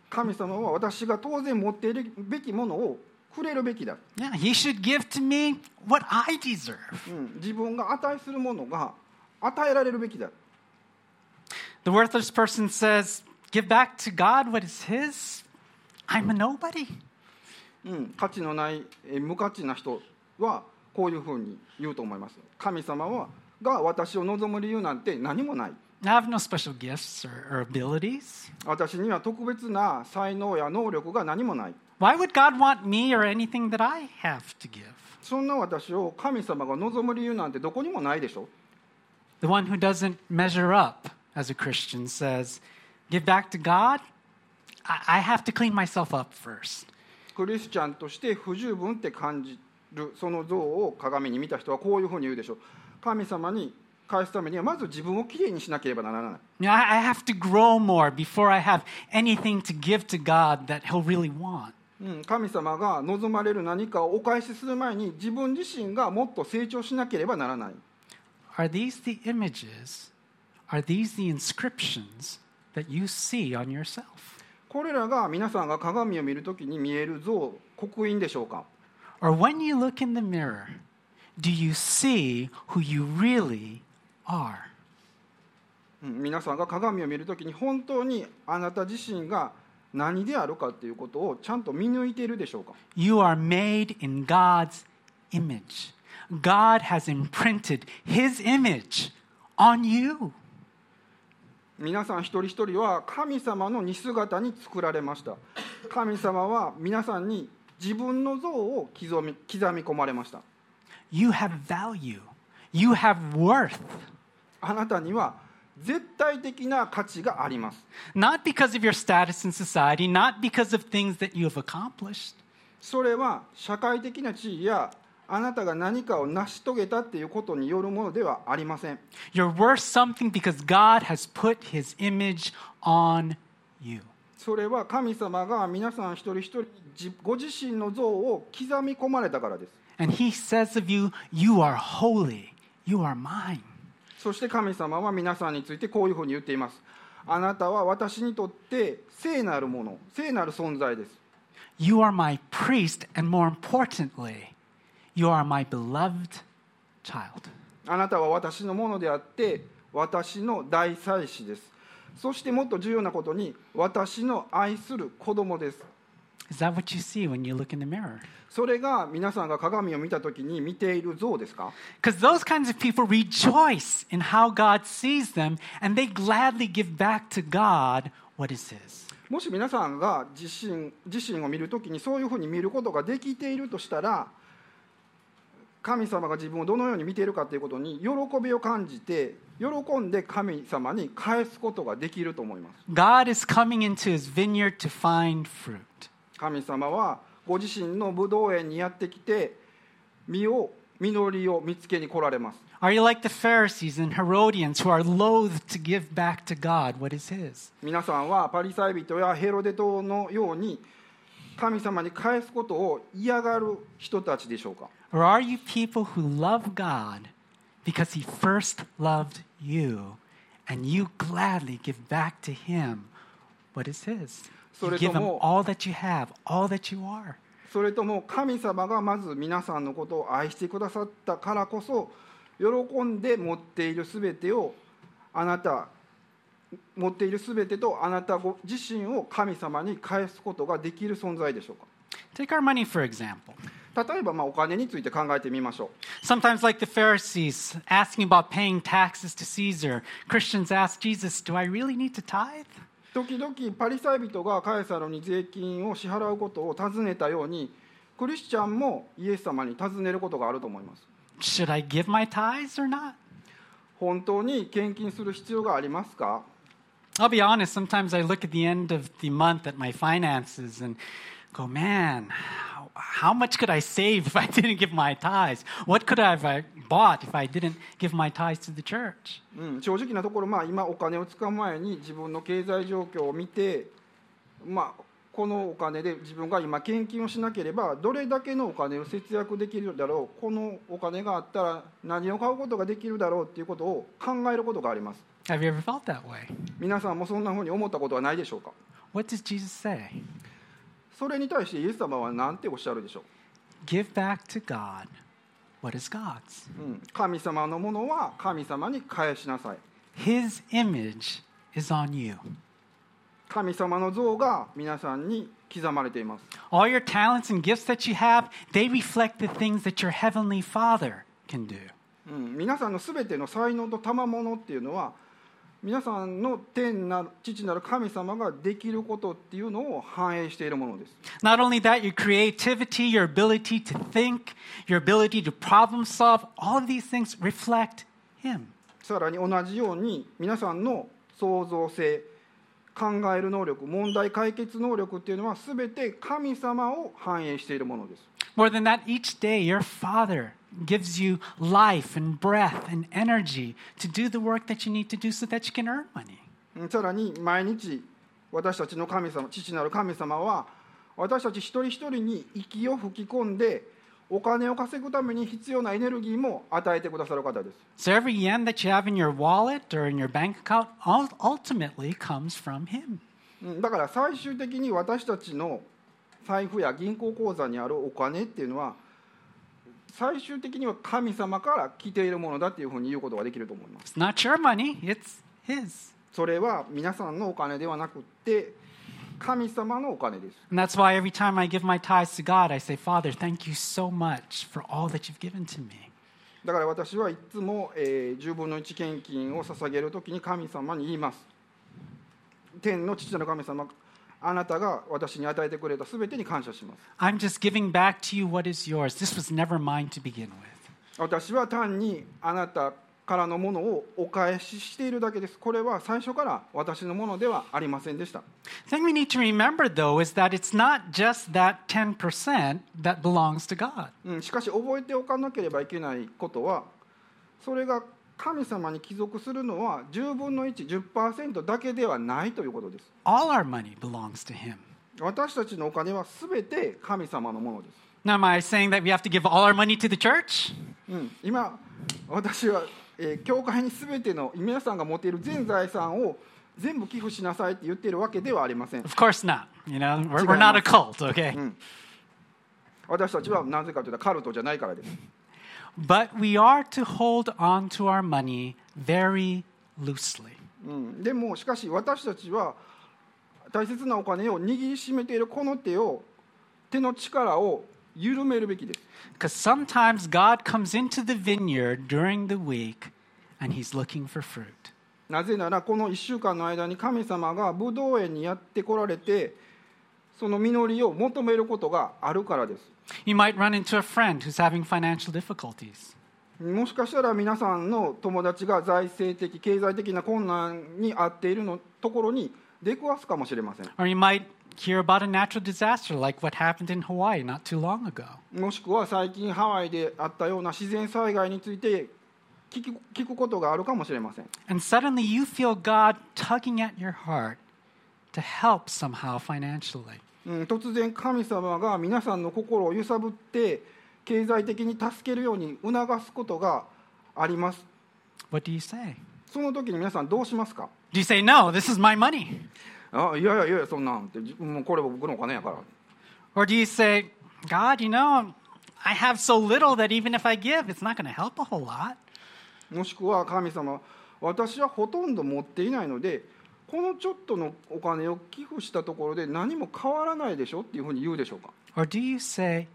Speaker 2: 神様は私が当然持っているべきものをくれるべきだ、
Speaker 1: Yeah, He should give to me what I deserve.
Speaker 2: うん、自分が値するものが与えられるべきだ
Speaker 1: The worthless person says, Give back to God what is His. I'm a nobody.
Speaker 2: うん、価値のないえー無価値な人はこういうふうに言うと思います神様はが私を望む理由なんて何もない
Speaker 1: I have no special gifts or, or abilities.
Speaker 2: 私には特別な才能や能力が何もない
Speaker 1: Why would God want me or anything that I have to give?
Speaker 2: そんな私を神様が望む理由なんてどこにもないでしょ
Speaker 1: The one who doesn't measure up as a Christian says, Give back to God. I, I have to clean myself up first.
Speaker 2: クリスチャンとして不十分って感じるその像を鏡に見た人はこういうふうに言うでしょう神様に返すためにはまず自分をきれいにしなければならない
Speaker 1: You know, I, I have to grow more before I have anything to give to God that He'll really want.
Speaker 2: うん、神様が望まれる何かをお返しする前に自分自身がもっと成長しなければならない
Speaker 1: Are these the images? Are these the inscriptions that you see on yourself?
Speaker 2: これらが皆さんが鏡を見るときに見える像刻印でしょうか
Speaker 1: Or when you look in the mirror, do you see who you really are?
Speaker 2: うん皆さんが鏡を見るときに本当にあなた自身が何であるかということをちゃんと見抜いているでしょうか
Speaker 1: You are made in God's image. God has imprinted his image on you.
Speaker 2: 皆さん一人一人は神様の似姿に作られました神様は皆さんに自分の像を刻み刻み込まれました
Speaker 1: You have value. You have worth.
Speaker 2: あなたには絶対的な価値があります
Speaker 1: Not because of your status in society, not because of things that you have accomplished,
Speaker 2: それは社会的な地位やあなたが何かを成し遂げたっていうことによるものではありません
Speaker 1: You're worth something because God has put his image on you.
Speaker 2: それは神様が皆さん一人一人にじご自身の像を刻み込まれたからです
Speaker 1: And he says of you, You are holy. You are mine.
Speaker 2: そして神様は皆さんについてこういうふうに言っていますあなたは私にとって聖なるもの聖なる存在です
Speaker 1: You are my priest. And more importantly, you are my beloved child.
Speaker 2: あなたは私のものであって私の大祭司ですそしてもっと重要なことに私の愛する子供です
Speaker 1: Is that what you see when you look in the mirror?
Speaker 2: それが皆さんが鏡を見た時に見ている像ですか
Speaker 1: Because those kinds of people rejoice in how God sees them and they gladly give back to God what is His.
Speaker 2: もし皆さんが自身自身を見るときにそういうふうに見ることができているとしたら神様が自分をどのように見ているかということに喜びを感じて喜んで神様に返すことができると思います
Speaker 1: God is coming into His vineyard to find fruit.
Speaker 2: 神様はご自身のブドウ園にやってきて実を実りを見つけに来られます
Speaker 1: Are you like the Pharisees and Herodians who are loath to give back to God what is His?
Speaker 2: 皆さんはパリサイ人やヘロデ島のように神様に返すことを嫌がる人たちでしょうか
Speaker 1: Or are you people who love God because He first loved you and you gladly give back to Him what is His? You give Him
Speaker 2: それとも-
Speaker 1: all that you have, all that you are.
Speaker 2: それとも神様がまず皆さんのことを愛してくださったからこそ喜んで持っているすべてをあなた持っているすべてとあなたご自身を神様に返すことができる存在でしょう
Speaker 1: Take our money, for example.
Speaker 2: か例えばまあお金について考えてみましょ
Speaker 1: Sometimes, like the Pharisees, asking about paying taxes to Caesar, Christians ask Jesus, Do I really need to tithe?
Speaker 2: う時々パリサイ人がカエサルに税金を支払うことを尋ねたようにクリスチャンもイエス様に尋ねることがあると思います
Speaker 1: Should I give my tithes or not?
Speaker 2: 本当に献金する必要がありますか
Speaker 1: I'll be honest, sometimes I look at the end of the month at my finances and go, Man, how, how much could I save if I didn't give my tithes? What could I have I bought if I didn't give my tithes to the church?
Speaker 2: うん、正直なところ、まあ、今お金を使う前に自分の経済状況を見て、まあ、このお金で自分が今献金をしなければどれだけのお金を節約できるだろうこのお金があったら何を買うことができるだろうっていうことを考えることがあります
Speaker 1: Have you ever felt that way?
Speaker 2: 皆さんもそんなふうに思ったことはないでしょうか
Speaker 1: What does Jesus say?
Speaker 2: それに対してイエス様は何ておっしゃるでしょ
Speaker 1: Give back to God what is God's.
Speaker 2: う、うん、神様のものは神様に返しなさい
Speaker 1: His image is on you.
Speaker 2: 神様の像が皆さんに刻まれています
Speaker 1: All your talents and gifts that you have, they reflect the things that your heavenly Father can do.
Speaker 2: うん、皆さんのすべての才能と賜物っていうのは皆さんの天なる父なる神様ができることっていうのを反映しているものです
Speaker 1: Not only that, your creativity, your ability to think, your ability to problem solve, all of these things reflect Him.
Speaker 2: さらに同じように皆さんの創造性考える能力問題解決能力っていうのはすべて神様を反映しているものです
Speaker 1: More than that, each day your Father gives you life and breath and energy to do the work that you need to do so that you can earn money.
Speaker 2: うんさらに毎日私たちの神様父なる神様は私たち一人一人に息を吹き込んでお金を稼ぐために必要なエネルギーも与えてくださる方です
Speaker 1: So every yen that you have in your wallet or in your bank account ul- ultimately comes from Him.
Speaker 2: うんだから最終的に私たちの財布や銀行口座にあるお金っていうのは最終的には神様から来ているものだっていうふうに言うことができると思います
Speaker 1: It's not your money, it's His.
Speaker 2: それは皆さんのお金ではなくって神様のお金です
Speaker 1: And that's why every time I give my tithes to God, I say, Father, thank you so much for all that you've given to me.
Speaker 2: だから私はいつも、えー10分の1献金を捧げるときに神様に言います天の父なる神様あなたが私に与えてくれたすべてに感謝します
Speaker 1: I'm just giving back to you what is yours. This was never mine to begin with.
Speaker 2: 私は単にあなたからのものをお返ししているだけですこれは最初から私のものではありませんでした
Speaker 1: thing we need to remember, though, is that it's not just that 10% that belongs to God.
Speaker 2: うん、しかし覚えておかなければいけないことはそれが神様に帰属するのは10分の110%だけではないということです
Speaker 1: All our money belongs to Him.
Speaker 2: 私たちのお金は全て神様のものです、
Speaker 1: Now, am I saying that we have to give all our money to the church?
Speaker 2: うん、今私は、えー教会に全ての皆さんが持っている全財産を全部寄付しなさいって言ってるわけではありません
Speaker 1: Of course not. You know, we're, we're not a cult, okay?
Speaker 2: 私たちはなぜかというとカルトじゃないからです
Speaker 1: But we are to hold on to our money very loosely.
Speaker 2: うん、でもしかし私たちは大切なお金を握りしめているこの手を手の力を緩めるべきです
Speaker 1: Because sometimes God comes into the vineyard during the week and He's looking for fruit.
Speaker 2: なぜならこの1週間の間に神様がブドウ園にやってこられてその実りを求めることがあるからです
Speaker 1: You might run into a friend who's having financial difficulties.
Speaker 2: もしかしたら皆さんの友達が財政的経済的な困難にあっているのところに出くわすかもしれません
Speaker 1: Or you might hear about a natural disaster like what happened in Hawaii not too long ago.
Speaker 2: もしくは最近ハワイであったような自然災害について聞き聞くことがあるかもしれません
Speaker 1: And suddenly you feel God tugging at your heart to help somehow financially.
Speaker 2: うん、突然神様が皆さんの心を揺さぶって経済的に助けるように促すことがあります
Speaker 1: What do you say?
Speaker 2: その時に皆さんどうしますか
Speaker 1: Do you say, no, this is my money?
Speaker 2: あいやいやいやいやそんなんってじもうこれは僕のお金やから
Speaker 1: Or do you say, God, you know, I have so little that even if I give, it's not going to help a whole lot?
Speaker 2: もしくは神様私はほとんど持っていないのでこのちょっとのお金を寄付したところで何も変わらないでしょっていうふうに言うでしょうか
Speaker 1: Or do you say,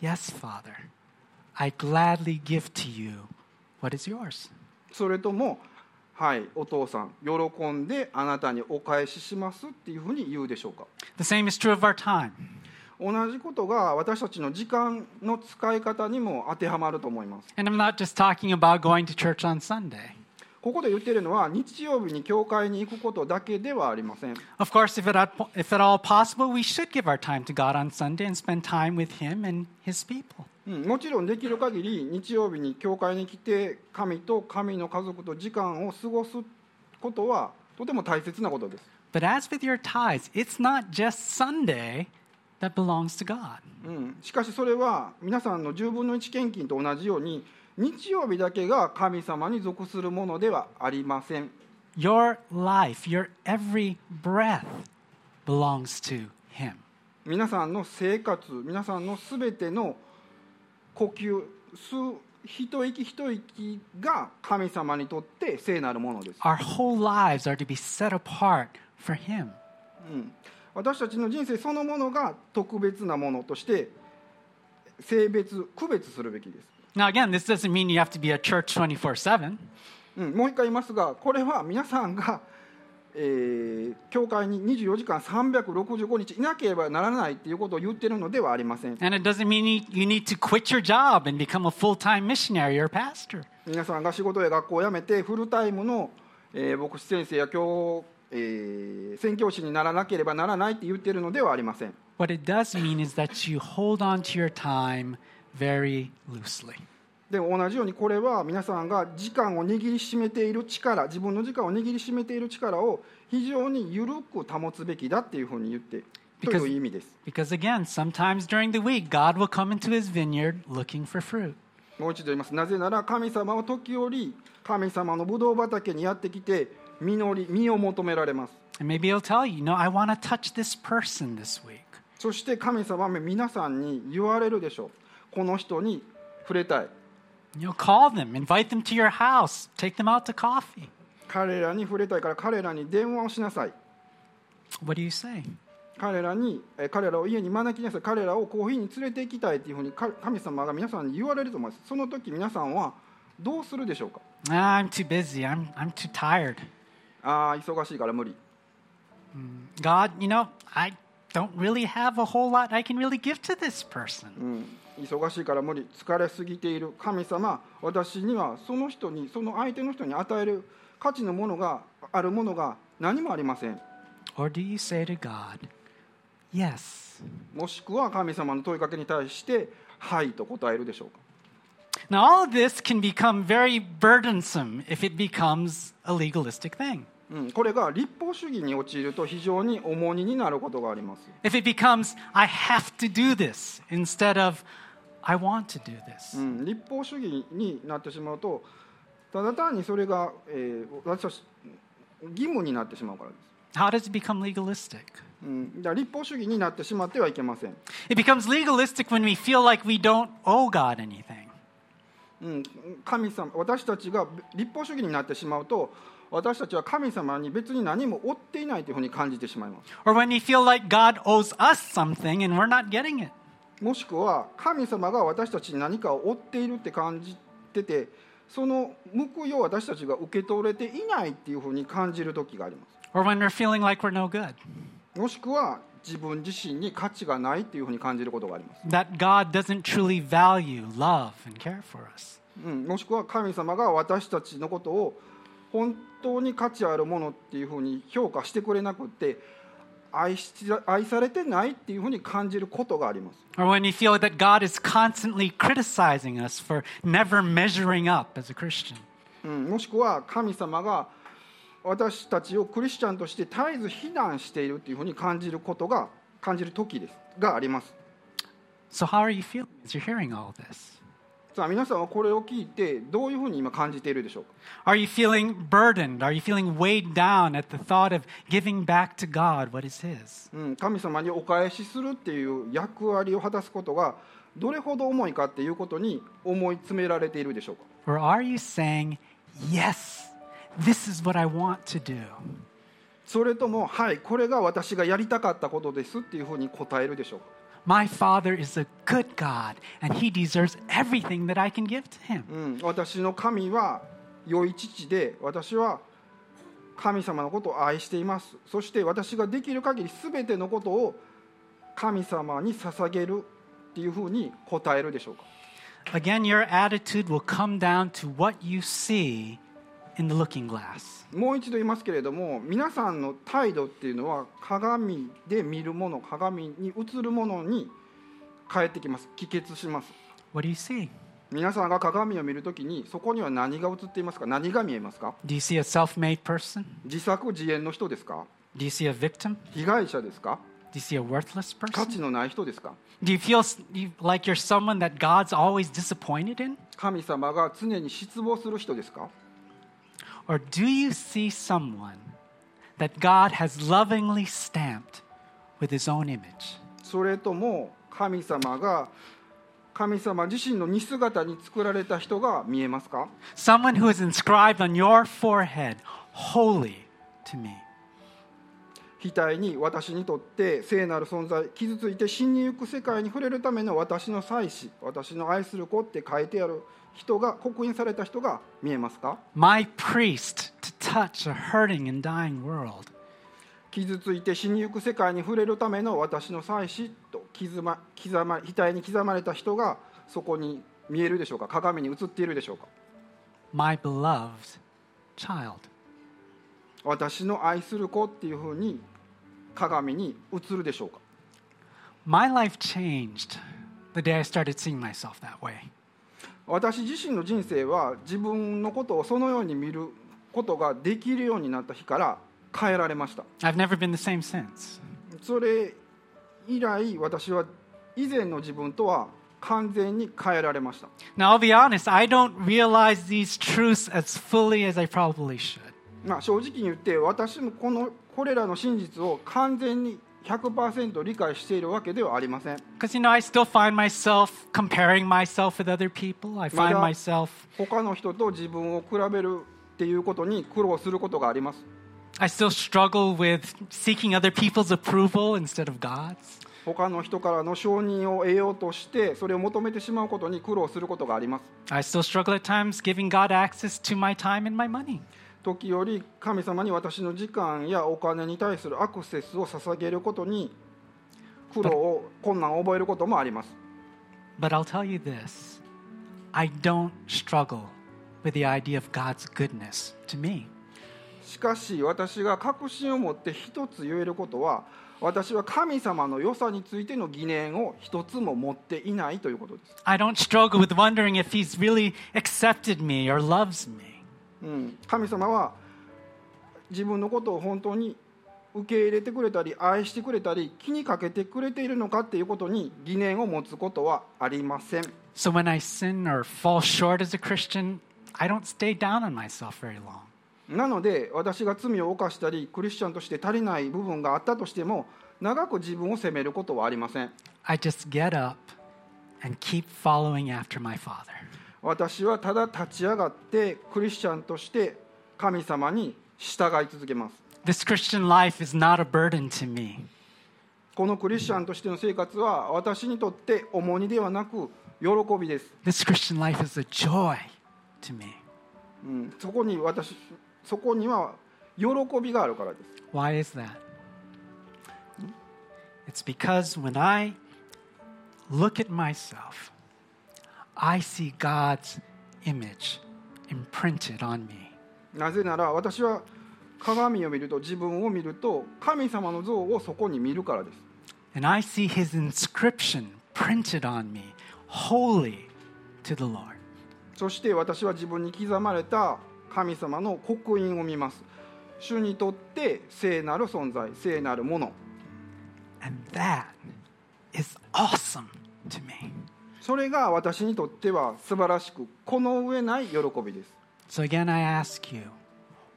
Speaker 1: yes, Father, I gladly give to you what is yours?
Speaker 2: それともはいお父さん喜んであなたにお返ししますっていうふうに言うでしょうか
Speaker 1: The same is true of our time.
Speaker 2: 同じことが私たちの時間の使い方にも当てはまると思います
Speaker 1: And I'm not just talking about going to church on Sunday.
Speaker 2: ここで言っているのは日曜日に教会に行くことだけではありません
Speaker 1: Of course, if, it at, if at all possible, we should give our time to God on Sunday and spend time with Him and His people.
Speaker 2: うんもちろんできる限り日曜日に教会に来て神と神の家族と時間を過ごすことはとても大切なことです
Speaker 1: But as with your tithes, it's not just Sunday that belongs to God.
Speaker 2: うん、しかしそれは皆さんの10分の1献金と同じように日曜日だけが神様に属するものではありません
Speaker 1: Your life, your every breath belongs to Him.
Speaker 2: 皆さんの生活皆さんのすべての呼吸吸う一息一息が神様にとって聖なるものです
Speaker 1: Our whole lives are to be set apart for Him.
Speaker 2: 私たちの人生そのものが特別なものとして性別区別するべきです、
Speaker 1: Now, again, this doesn't mean you have to be at church 24 7.
Speaker 2: うん、もう一回言いますがこれは皆さんが、えー教会に24時間365日いなければならないっていうことを言ってるのではありません
Speaker 1: And it doesn't mean you- you need to quit your job and become a full time missionary or pastor.
Speaker 2: 皆さんが仕事や学校を辞めてフルタイムの、えー牧師先生や教、えー宣教師にならなければならないって言ってるのではありません
Speaker 1: What it does mean is that you hold on to your time very loosely.
Speaker 2: でも同じようにこれは皆さんが時間を握りしめている力自分の時間を握りしめている力を非常に緩く保つべきだっていうふうに言ってと
Speaker 1: Because-
Speaker 2: いう意味です
Speaker 1: Because again, sometimes during the week, God will come into his vineyard looking for fruit.
Speaker 2: もう一度言いますなぜなら神様は時折神様のブドウ畑にやってきて実り実を求められます
Speaker 1: And maybe he'll tell you, no, I want to touch this person this week.
Speaker 2: そして神様は皆さんに言われるでしょうこの人に触れたい
Speaker 1: You know, call them, invite them to your house, take them out to coffee.
Speaker 2: 彼らに触れたいから彼らに電話をしなさい
Speaker 1: What do you say?
Speaker 2: 彼らにえー彼らを家に招きなさい彼らをコーヒーに連れて行きたいというふうにか神様が皆さんに言われると思いますその時皆さんはどうするでしょうか
Speaker 1: Ah, I'm too busy. I'm, I'm too tired.
Speaker 2: ああ忙しいから無理
Speaker 1: God, you know, I, don't really have a whole lot I can really give to this person.
Speaker 2: 忙しいから無理疲れすぎている神様私にはその人にその相手の人に与える価値のものがあるものが何もありません
Speaker 1: Or do you say to God, Yes.
Speaker 2: もしくは神様の問いかけに対して「はい」と答えるでしょうか
Speaker 1: Now, all of this can become very burdensome if it becomes a legalistic thing.
Speaker 2: うん、これが立法主義に陥ると非常に重荷になることがあります
Speaker 1: If it becomes, I have to do this, instead of, I want to do this.
Speaker 2: うん、立法主義になってしまうとただ単にそれが、えー私たち義務になってしまうからです、
Speaker 1: How does it become legalistic?
Speaker 2: うん、だから立法主義になってしまってはいけません、
Speaker 1: It becomes legalistic when we feel like we don't owe God anything.
Speaker 2: うん、神様私たちが立法主義になってしまうと私たちは神様に別に何も負っていないというふうに感じてしまいます
Speaker 1: Or when we feel like God owes us something and we're not getting it.
Speaker 2: もしくは神様が私たちに何かを負っているって感じててその報いを私たちが受け取れていないっていうふうに感じる時があります
Speaker 1: Or when we're feeling like we're no good.
Speaker 2: もしくは自分自身に価値がないっていうふうに感じることがあります、
Speaker 1: That God doesn't truly value, love, and care for us.
Speaker 2: うん、もしくは神様が私たちのことを本当に価値あるものっていうふうに評価してくれなくって愛し愛されてないっていうふうに感じることがあります
Speaker 1: Or when you feel that God is constantly criticizing us for never measuring up as a Christian.
Speaker 2: うん、もしくは神様が私たちをクリスチャンとして絶えず非難しているというふうに感じることが感じる時ですがあります
Speaker 1: So, how are you feeling as you're hearing all this?
Speaker 2: さあ皆さんはこれを聞いてどういうふうに今感じているでしょうか
Speaker 1: Are you feeling burdened? Are you feeling weighed down at the thought of giving back to God what is His?
Speaker 2: うん、神様にお返しするっていう役割を果たすことがどれほど重いかっていうことに思い詰められているでしょうか
Speaker 1: Or are you saying, Yes, this is what I want to do?
Speaker 2: それとも「はいこれが私がやりたかったことです」っていうふうに答えるでしょうか
Speaker 1: My Father is a good God, and He deserves everything that I can give to Him.
Speaker 2: うん、私の神は良い父で私は神様のことを愛していますそして私ができる限り全てのことを神様に捧げるっていうふうに答えるでしょうか
Speaker 1: Again, your attitude will come down to what you see in the looking glass.
Speaker 2: もう一度言いますけれども皆さんの態度っていうのは鏡で見るもの鏡に映るものに変えてきます帰結します
Speaker 1: What do you see?
Speaker 2: 皆さんが鏡を見るときにそこには何が映っていますか何が見えますか
Speaker 1: Do you see a self made person?
Speaker 2: 自作自演の人ですか
Speaker 1: Do you see a victim?
Speaker 2: 被害者ですか
Speaker 1: Do you see a worthless
Speaker 2: 価
Speaker 1: person?
Speaker 2: 値のない人ですか
Speaker 1: Do you feel s- you- like you're someone that God's always disappointed in?
Speaker 2: 神様が常に失望する人ですか
Speaker 1: Or do you see someone that God has lovingly stamped with His own image?
Speaker 2: それとも神様が神様自身の似姿に作られた人が見えますか
Speaker 1: Someone who is inscribed on your forehead, holy to me.
Speaker 2: 額に私にとって聖なる存在傷ついて死にゆく世界に触れるための私の祭司私の愛する子って書いてある人が刻印された人が見えますか
Speaker 1: My priest to touch a hurting and dying world.
Speaker 2: 傷ついて死にゆく世界に触れるための私の祭司と刻ま刻ま額に刻まれた人がそこに見えるでしょうか鏡に映っているでしょうか
Speaker 1: my beloved child.
Speaker 2: 私の愛する子っていうふうに鏡に映るでしょうか
Speaker 1: My life changed the day I started seeing myself that way.
Speaker 2: 私自身の人生は自分のことをそのように見ることができるようになった日から変えられました
Speaker 1: I've never been the same since.
Speaker 2: それ以来私は以前の自分とは完全に変えられました
Speaker 1: Now, I'll be honest, I don't realize these truths as fully as I probably should.
Speaker 2: まあ正直に言って私もこのこれらの真実を完全に100%理解しているわけではありません
Speaker 1: Because, you know, I still find myself comparing myself with other people. I find
Speaker 2: God.
Speaker 1: myself,
Speaker 2: 他の人と自分を比べるっていうことに苦労することがあります
Speaker 1: I still struggle with seeking other people's approval instead of God's.
Speaker 2: 他の人からの承認を得ようとしてそれを求めてしまうことに苦労することがあります
Speaker 1: I still struggle at times giving God access to my time and my money.
Speaker 2: 時折神様に私の時間やお金に対するアクセスを捧げることに苦労を困難を覚えることもあります
Speaker 1: But I'll tell you this I don't struggle with the idea of God's goodness to me.
Speaker 2: しかし私が確信を持って一つ言えることは私は神様の良さについての疑念を一つも持っていないということです
Speaker 1: I don't struggle with wondering if He's really accepted me or loves me.
Speaker 2: うん、神様は自分のことを本当に受け入れてくれたり愛してくれたり気にかけてくれているのかっていうことに疑念を持つことはありません
Speaker 1: So when I sin or fall short as a Christian, I don't stay down on myself very long.
Speaker 2: なので私が罪を犯したりクリスチャンとして足りない部分があったとしても長く自分を責めることはありません
Speaker 1: I just get up and keep following after my Father.
Speaker 2: 私はただ立ち上がってクリスチャンとして神様に従い続けます
Speaker 1: This Christian life is not a burden to me.
Speaker 2: このクリスチャンとしての生活は私にとって重荷ではなく喜びです
Speaker 1: This Christian life is a joy to me.
Speaker 2: うん、そこに私そこには喜びがあるからです
Speaker 1: Why is that? It's because when I look at myself, I see God's image imprinted on me.
Speaker 2: なぜなら私は鏡を見ると自分を見ると神様の像をそこに見るからです
Speaker 1: And I see his inscription printed on me, holy to the Lord.
Speaker 2: そして私は自分に刻まれた神様の刻印を見ます主にとって聖なる存在聖なるもの
Speaker 1: And that is awesome to me.
Speaker 2: それが私にとっては素晴らしくこの上ない喜びです
Speaker 1: So again, I ask you,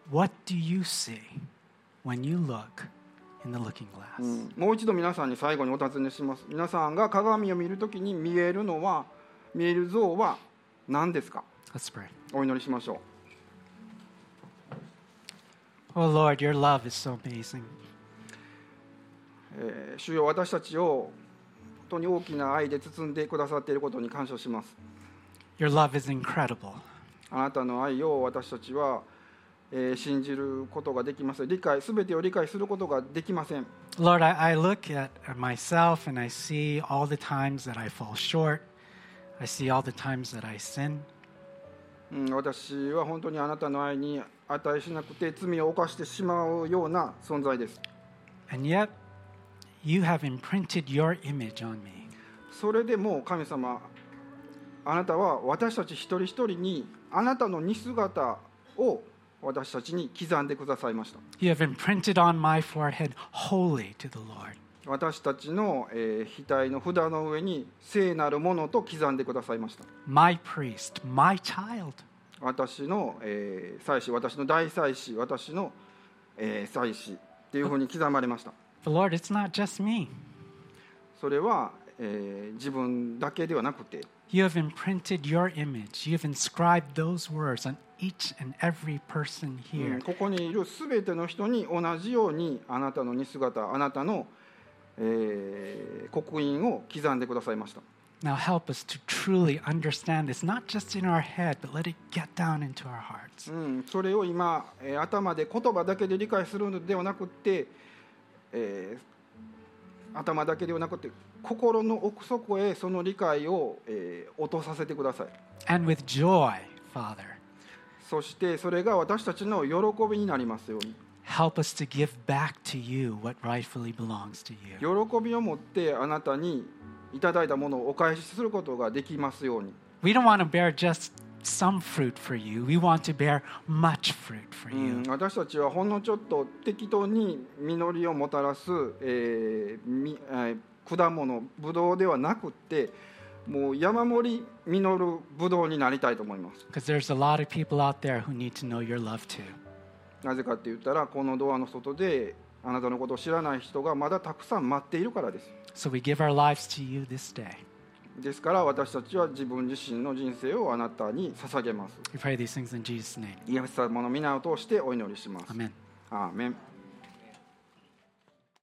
Speaker 1: what do you see when you look in the looking glass?
Speaker 2: もう一度皆さんに最後にお尋ねします皆さんが鏡を見るときに見えるのは見える像は何ですか
Speaker 1: Let's pray.
Speaker 2: お祈りしましょ
Speaker 1: Oh Lord, your love is so amazing.
Speaker 2: う、えー主よ私たちを本当に大きな愛で包んでくださっていることに感謝します
Speaker 1: Your love is incredible.
Speaker 2: あなたの愛を私たちは、えー信じることができません理解すべてを理解することができません
Speaker 1: Lord, I, I look at myself and I see all the times that I fall short. I see all the times that I sin.
Speaker 2: うん、私は本当にあなたの愛に値しなくて罪を犯してしまうような存在です
Speaker 1: And yet, you have imprinted your image on me.
Speaker 2: それでも神様あなたは私たち一人一人にあなたの似姿を私たちに刻んでくださいました
Speaker 1: You have imprinted on my forehead, holy to the Lord.
Speaker 2: 私たちの、えー額の札の上に聖なるものと刻んでくださいました
Speaker 1: My priest, my child.
Speaker 2: 私の、えー祭司私の大祭司私の、えー祭司っていうふうに刻まれました
Speaker 1: But Lord, it's not just me.
Speaker 2: それは、えー自分だけではなくて
Speaker 1: You have imprinted your image. You have inscribed those words on each and every person
Speaker 2: うん
Speaker 1: here.
Speaker 2: ここにいるすべての人に同じようにあなたの似姿あなたの、えー刻印を刻んでくださいました
Speaker 1: Now help us to truly understand this, not just in our head, but let it get down into our hearts.
Speaker 2: うん、それを今、えー頭で言葉だけで理解するのではなくって、えー頭だけではなくて心の奥底へその理解を、えー落とさせてください
Speaker 1: And with joy, Father,
Speaker 2: そしてそれが私たちの喜びになりますように
Speaker 1: help us to give back to you what rightfully belongs to you.
Speaker 2: 喜びを持ってあなたにいただいたものをお返しすることができますように
Speaker 1: We don't want to bear just some fruit for you. We want to bear much fruit for
Speaker 2: う
Speaker 1: you.
Speaker 2: ん私たちはほんのちょっと適当に実りをもたらす、えーみえー果物ぶどうではなくってもう山盛り実るぶどうになりたいと思います
Speaker 1: Because there's a lot of people out there who need to know your love too.
Speaker 2: なぜかって言ったらこのドアの外であなたのことを知らない人がまだたくさん待っているからです
Speaker 1: So we give our lives to you this day.
Speaker 2: ですから私たちは自分自身の人生をあなたに捧げます
Speaker 1: We pray these things in Jesus' name.
Speaker 2: イエス様の皆を通してお祈りします
Speaker 1: Amen.
Speaker 2: アーメン